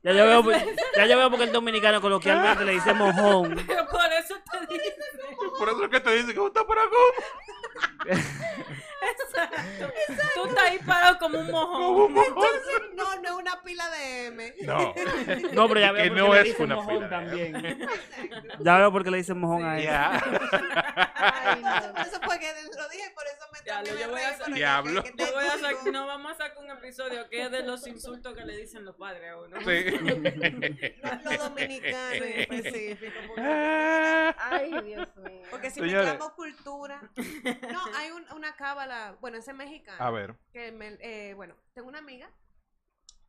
[SPEAKER 5] Ya yo veo, ya yo veo porque el dominicano coloquialmente le dice mojón.
[SPEAKER 2] Pero por eso te dice.
[SPEAKER 1] Por eso es que te dicen que es un taparacón.
[SPEAKER 2] Tú estás ahí parado como un mojón.
[SPEAKER 1] Como un mojón.
[SPEAKER 4] Entonces, no, no es una pila de M.
[SPEAKER 1] No.
[SPEAKER 5] No, pero ya
[SPEAKER 1] Y que no
[SPEAKER 5] veo por
[SPEAKER 1] es
[SPEAKER 5] qué le dicen
[SPEAKER 1] una
[SPEAKER 5] mojón
[SPEAKER 1] pila, ¿eh?
[SPEAKER 5] también. Ya veo por qué le dicen mojón a él.
[SPEAKER 1] Ya.
[SPEAKER 3] Ay, no.
[SPEAKER 4] Por eso fue que lo dije, por eso me
[SPEAKER 2] Diablo,
[SPEAKER 4] traje
[SPEAKER 2] yo
[SPEAKER 4] la
[SPEAKER 2] voy a
[SPEAKER 4] regla,
[SPEAKER 2] hacer-
[SPEAKER 4] pero
[SPEAKER 1] Diablo.
[SPEAKER 4] que- que
[SPEAKER 2] Yo voy a
[SPEAKER 4] tengo-
[SPEAKER 2] sac- no vamos a sacar un episodio que es de los insultos que le dicen los padres a uno.
[SPEAKER 1] Sí.
[SPEAKER 4] Los los dominicanos en específico. porque-
[SPEAKER 1] Ah.
[SPEAKER 3] Ay, Dios mío.
[SPEAKER 4] Porque si
[SPEAKER 1] Señores.
[SPEAKER 4] mezclamos cultura.
[SPEAKER 6] No, hay un- una cábala, bueno, ese es mexicano.
[SPEAKER 1] A ver.
[SPEAKER 6] que me- eh, bueno, tengo una amiga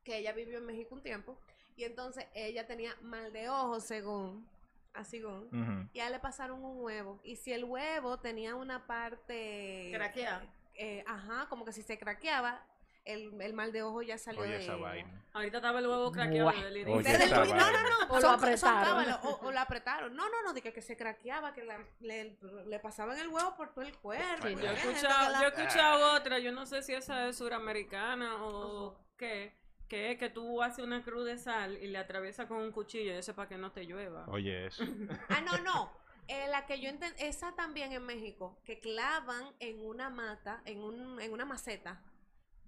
[SPEAKER 6] que ella vivió en México un tiempo y entonces ella tenía mal de ojo según, así según,
[SPEAKER 1] Ujú.
[SPEAKER 6] y a ella le pasaron un huevo y si el huevo tenía una parte,
[SPEAKER 2] Craqueada.
[SPEAKER 6] eh, ajá, como que si se craqueaba, el, el mal de ojo ya salió
[SPEAKER 1] Oye,
[SPEAKER 6] de
[SPEAKER 1] esa
[SPEAKER 6] ella.
[SPEAKER 1] vaina.
[SPEAKER 2] Ahorita estaba el huevo craqueado
[SPEAKER 5] Buah.
[SPEAKER 2] de Lili.
[SPEAKER 1] Oye,
[SPEAKER 6] Desde el
[SPEAKER 1] esa
[SPEAKER 6] pri- no,
[SPEAKER 1] vaina.
[SPEAKER 6] no, no,
[SPEAKER 7] O lo
[SPEAKER 6] son- son
[SPEAKER 7] apretaron.
[SPEAKER 6] cábalas, o, o lo apretaron. No, no, no, dije que se craqueaba, que la- le, le pasaban el huevo por todo el cuerpo.
[SPEAKER 1] Sí,
[SPEAKER 6] y
[SPEAKER 2] Yo he
[SPEAKER 6] había gente que
[SPEAKER 2] escuchado,
[SPEAKER 6] la-
[SPEAKER 2] yo he escuchado otra, yo no sé si esa es suramericana o qué, que es que tú haces una cruz de sal y le atraviesas con un cuchillo y eso es para que no te llueva.
[SPEAKER 1] Oye, eso.
[SPEAKER 6] Ah, no, no. Eh, la que yo entendí, esa también en México, que clavan en una mata, en, un, en una maceta,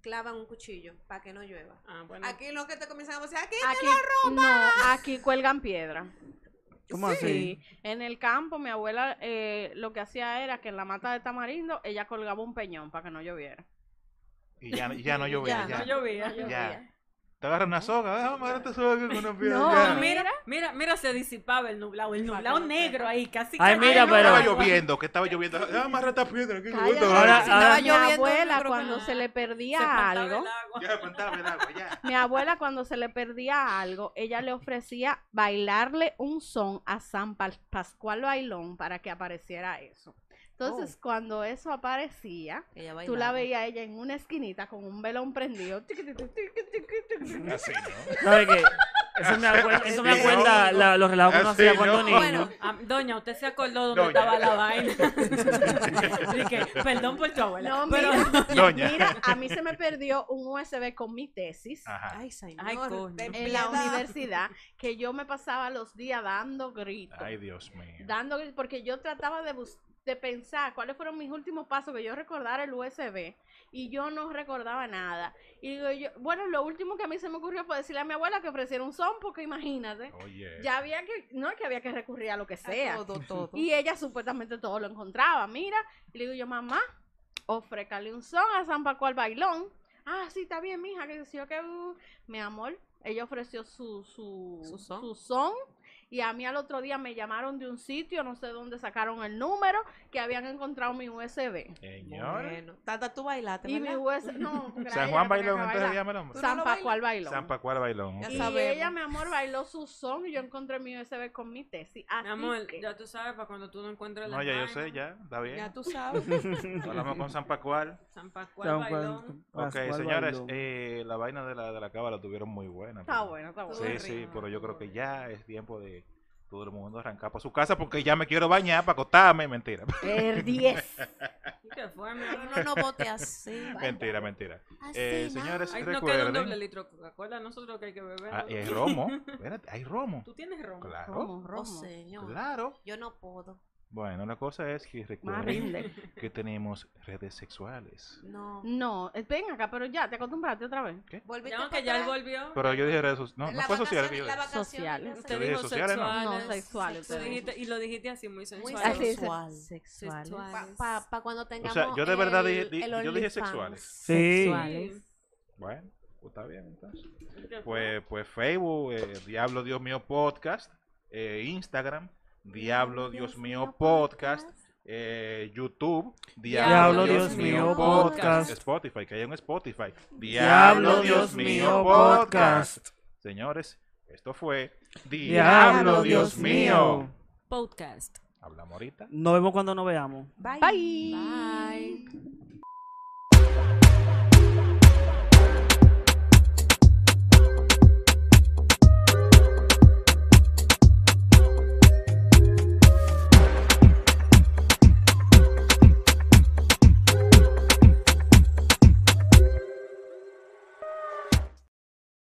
[SPEAKER 6] clavan un cuchillo para que no llueva.
[SPEAKER 2] Ah, bueno.
[SPEAKER 4] Aquí lo que te comienzan a decir, aquí
[SPEAKER 3] Aquí, no, aquí cuelgan piedra.
[SPEAKER 5] ¿Cómo
[SPEAKER 3] Sí, en el campo mi abuela eh, lo que hacía era que en la mata de tamarindo ella colgaba un peñón para que no lloviera.
[SPEAKER 1] Y ya, y ya no llovía.
[SPEAKER 2] No
[SPEAKER 1] Ya,
[SPEAKER 2] llovía.
[SPEAKER 1] ya. Te agarran una soga. Déjame agarrar esta soga con una piedra.
[SPEAKER 3] No,
[SPEAKER 1] ya.
[SPEAKER 3] mi-
[SPEAKER 2] Mira, mira, mira, se disipaba el nublado, el nublado negro ahí, casi.
[SPEAKER 5] Ay,
[SPEAKER 2] casi
[SPEAKER 5] mira,
[SPEAKER 2] no
[SPEAKER 5] pero-
[SPEAKER 1] Estaba
[SPEAKER 2] agua.
[SPEAKER 1] lloviendo, que estaba lloviendo. Déjame amarrar esta piedra. Que
[SPEAKER 3] Cállate,
[SPEAKER 1] gusto,
[SPEAKER 5] Ahora-
[SPEAKER 1] vale.
[SPEAKER 3] si
[SPEAKER 5] ahora-
[SPEAKER 3] estaba
[SPEAKER 5] Mi
[SPEAKER 3] lloviendo, mi
[SPEAKER 4] abuela,
[SPEAKER 3] abuela
[SPEAKER 4] cuando
[SPEAKER 3] cuando se le
[SPEAKER 2] Se
[SPEAKER 3] perdía
[SPEAKER 2] espantaba el
[SPEAKER 3] algo,
[SPEAKER 2] agua.
[SPEAKER 1] Ya, espantame el agua, ya.
[SPEAKER 3] mi abuela cuando se le perdía algo, ella le ofrecía bailarle un son a San Pa- Pascual Bailón para que apareciera eso. Entonces, cuando eso aparecía, tú la veías a ella en una esquinita con un velón prendido. tiqui, tiqui, tiqui, tiqui, tiqui.
[SPEAKER 1] Así, ¿no?
[SPEAKER 5] ¿Sabes qué? Eso me acuerda, eso me
[SPEAKER 1] Así
[SPEAKER 5] acuerda
[SPEAKER 1] no.
[SPEAKER 5] la- los relajos que uno
[SPEAKER 1] Así
[SPEAKER 5] hacía cuando
[SPEAKER 1] no.
[SPEAKER 5] niño.
[SPEAKER 2] Ah, doña, usted se acordó dónde
[SPEAKER 1] Doña.
[SPEAKER 2] estaba la vaina. Así que, perdón por tu abuela.
[SPEAKER 3] No,
[SPEAKER 2] pero,
[SPEAKER 1] Doña.
[SPEAKER 3] Mira, a mí se me perdió un USB con mi tesis.
[SPEAKER 1] Ajá.
[SPEAKER 4] Ay, señor.
[SPEAKER 2] Ay, coño.
[SPEAKER 4] ten
[SPEAKER 3] en la
[SPEAKER 4] piedad.
[SPEAKER 3] universidad que yo me pasaba los días dando gritos.
[SPEAKER 1] Ay, Dios mío.
[SPEAKER 3] dando gritos, porque yo trataba de, bus- de pensar cuáles fueron mis últimos pasos, que yo recordara el USB y yo no recordaba nada. Y digo yo, bueno, lo último que a mí se me ocurrió fue decirle a mi abuela que ofreciera un son, porque imagínate,
[SPEAKER 1] Oye.
[SPEAKER 3] ya había que, no es que había que recurrir a lo que sea.
[SPEAKER 4] Todo, todo.
[SPEAKER 3] Y ella supuestamente todo lo encontraba, mira. Y le digo yo, mamá, ofrécale un son a San Paco al bailón. Ah, sí, está bien, mija, que yo que... uh, Mi amor, ella ofreció su, su,
[SPEAKER 6] Su son.
[SPEAKER 3] son, Y a mí al otro día me llamaron de un sitio, no sé dónde sacaron el número, que habían encontrado mi USB.
[SPEAKER 1] Señor.
[SPEAKER 4] Tata, tú bailaste,
[SPEAKER 3] Y mi
[SPEAKER 4] ¿verdad?
[SPEAKER 3] USB, no, porque la
[SPEAKER 1] San
[SPEAKER 3] ella
[SPEAKER 1] Juan
[SPEAKER 3] no tenía
[SPEAKER 1] Bailón,
[SPEAKER 3] que
[SPEAKER 1] entonces
[SPEAKER 3] bailar.
[SPEAKER 1] llama el hombre.
[SPEAKER 4] Tú no
[SPEAKER 3] San
[SPEAKER 4] lo
[SPEAKER 3] Paco al bailón.
[SPEAKER 1] San Pacual Bailón.
[SPEAKER 4] Ya
[SPEAKER 3] Y
[SPEAKER 4] sabes.
[SPEAKER 1] ok.
[SPEAKER 4] Sabemos.
[SPEAKER 3] ella, mi amor, bailó su son y yo encontré mi USB con mi tesis. Así
[SPEAKER 2] mi amor,
[SPEAKER 3] que-
[SPEAKER 2] ya tú sabes, para cuando tú no encuentres la
[SPEAKER 1] No, ya yo
[SPEAKER 2] vaina,
[SPEAKER 1] sé, ya. Está
[SPEAKER 4] Ya
[SPEAKER 1] bien.
[SPEAKER 4] tú sabes.
[SPEAKER 1] Hablamos con San Pacual.
[SPEAKER 2] San Pascual, bailón.
[SPEAKER 1] Ok, señores, eh, la vaina de la, de la cábala tuvieron muy buena.
[SPEAKER 3] Está
[SPEAKER 1] pero-
[SPEAKER 3] bueno, está bueno.
[SPEAKER 1] Sí, sí, pero yo creo que ya es tiempo de todo el mundo arrancar para su casa porque ya me quiero bañar para acostarme. Mentira,
[SPEAKER 3] El 10.
[SPEAKER 2] ¿Qué fue, mi
[SPEAKER 4] No,
[SPEAKER 2] amor?
[SPEAKER 4] no, no vote así.
[SPEAKER 1] mentira, mentira.
[SPEAKER 4] Así,
[SPEAKER 1] Eh,
[SPEAKER 4] no.
[SPEAKER 1] señores,
[SPEAKER 2] Ay, no queda un doble
[SPEAKER 1] recuerden.
[SPEAKER 2] litro de Coca-Cola, nosotros que hay que beber.
[SPEAKER 1] Ah, y hay
[SPEAKER 2] ¿no?
[SPEAKER 1] romo. Espérate, hay romo.
[SPEAKER 2] ¿Tú tienes romo?
[SPEAKER 1] Claro,
[SPEAKER 3] Romo,
[SPEAKER 4] Oh,
[SPEAKER 3] romo.
[SPEAKER 4] señor.
[SPEAKER 1] claro.
[SPEAKER 4] Yo no puedo.
[SPEAKER 1] Bueno, la cosa es que
[SPEAKER 3] Más
[SPEAKER 1] recuerden
[SPEAKER 3] rinde.
[SPEAKER 1] que tenemos redes sexuales.
[SPEAKER 4] No.
[SPEAKER 3] No, eh, ven acá, pero ya, te acostumbraste otra vez.
[SPEAKER 4] Volviste para
[SPEAKER 2] Ya, que ya él
[SPEAKER 4] atrás.
[SPEAKER 2] volvió.
[SPEAKER 1] Pero yo dije redes sociales. No, no
[SPEAKER 4] La
[SPEAKER 1] fue social
[SPEAKER 4] vacación-
[SPEAKER 1] que yo
[SPEAKER 4] la
[SPEAKER 1] dije.
[SPEAKER 4] vacación,
[SPEAKER 3] Sociales.
[SPEAKER 2] Usted
[SPEAKER 1] redes
[SPEAKER 2] dijo
[SPEAKER 1] sociales, no.
[SPEAKER 2] sexuales.
[SPEAKER 3] No, sexuales.
[SPEAKER 2] Tú dijiste- y lo dijiste así, muy sensual.
[SPEAKER 6] sexual.
[SPEAKER 3] Así dice.
[SPEAKER 4] Sexual.
[SPEAKER 7] Sexuales.
[SPEAKER 6] Para
[SPEAKER 2] Sexuales.
[SPEAKER 6] cuando tengamos.
[SPEAKER 1] yo de verdad dije-
[SPEAKER 6] el-
[SPEAKER 1] di-
[SPEAKER 6] el
[SPEAKER 1] yo dije
[SPEAKER 6] OnlyFans.
[SPEAKER 1] sexuales.
[SPEAKER 5] Sí.
[SPEAKER 1] eh,
[SPEAKER 7] Sexuales.
[SPEAKER 1] Bueno, pues está bien entonces.
[SPEAKER 2] ¿Qué fue?
[SPEAKER 1] Pues, pues Facebook, eh, Diablo Dios Mío Podcast, eh, Instagram, Diablo Dios Mío Podcast, eh, YouTube,
[SPEAKER 2] Diablo Dios Mío
[SPEAKER 5] Podcast.
[SPEAKER 1] Spotify, que hay un Spotify,
[SPEAKER 5] Diablo Dios mío podcast.
[SPEAKER 1] Señores, esto fue
[SPEAKER 5] Diablo Dios mío.
[SPEAKER 2] Podcast.
[SPEAKER 1] Hablamos ahorita.
[SPEAKER 5] Nos vemos cuando nos veamos.
[SPEAKER 4] Bye.
[SPEAKER 3] Bye.
[SPEAKER 4] Bye.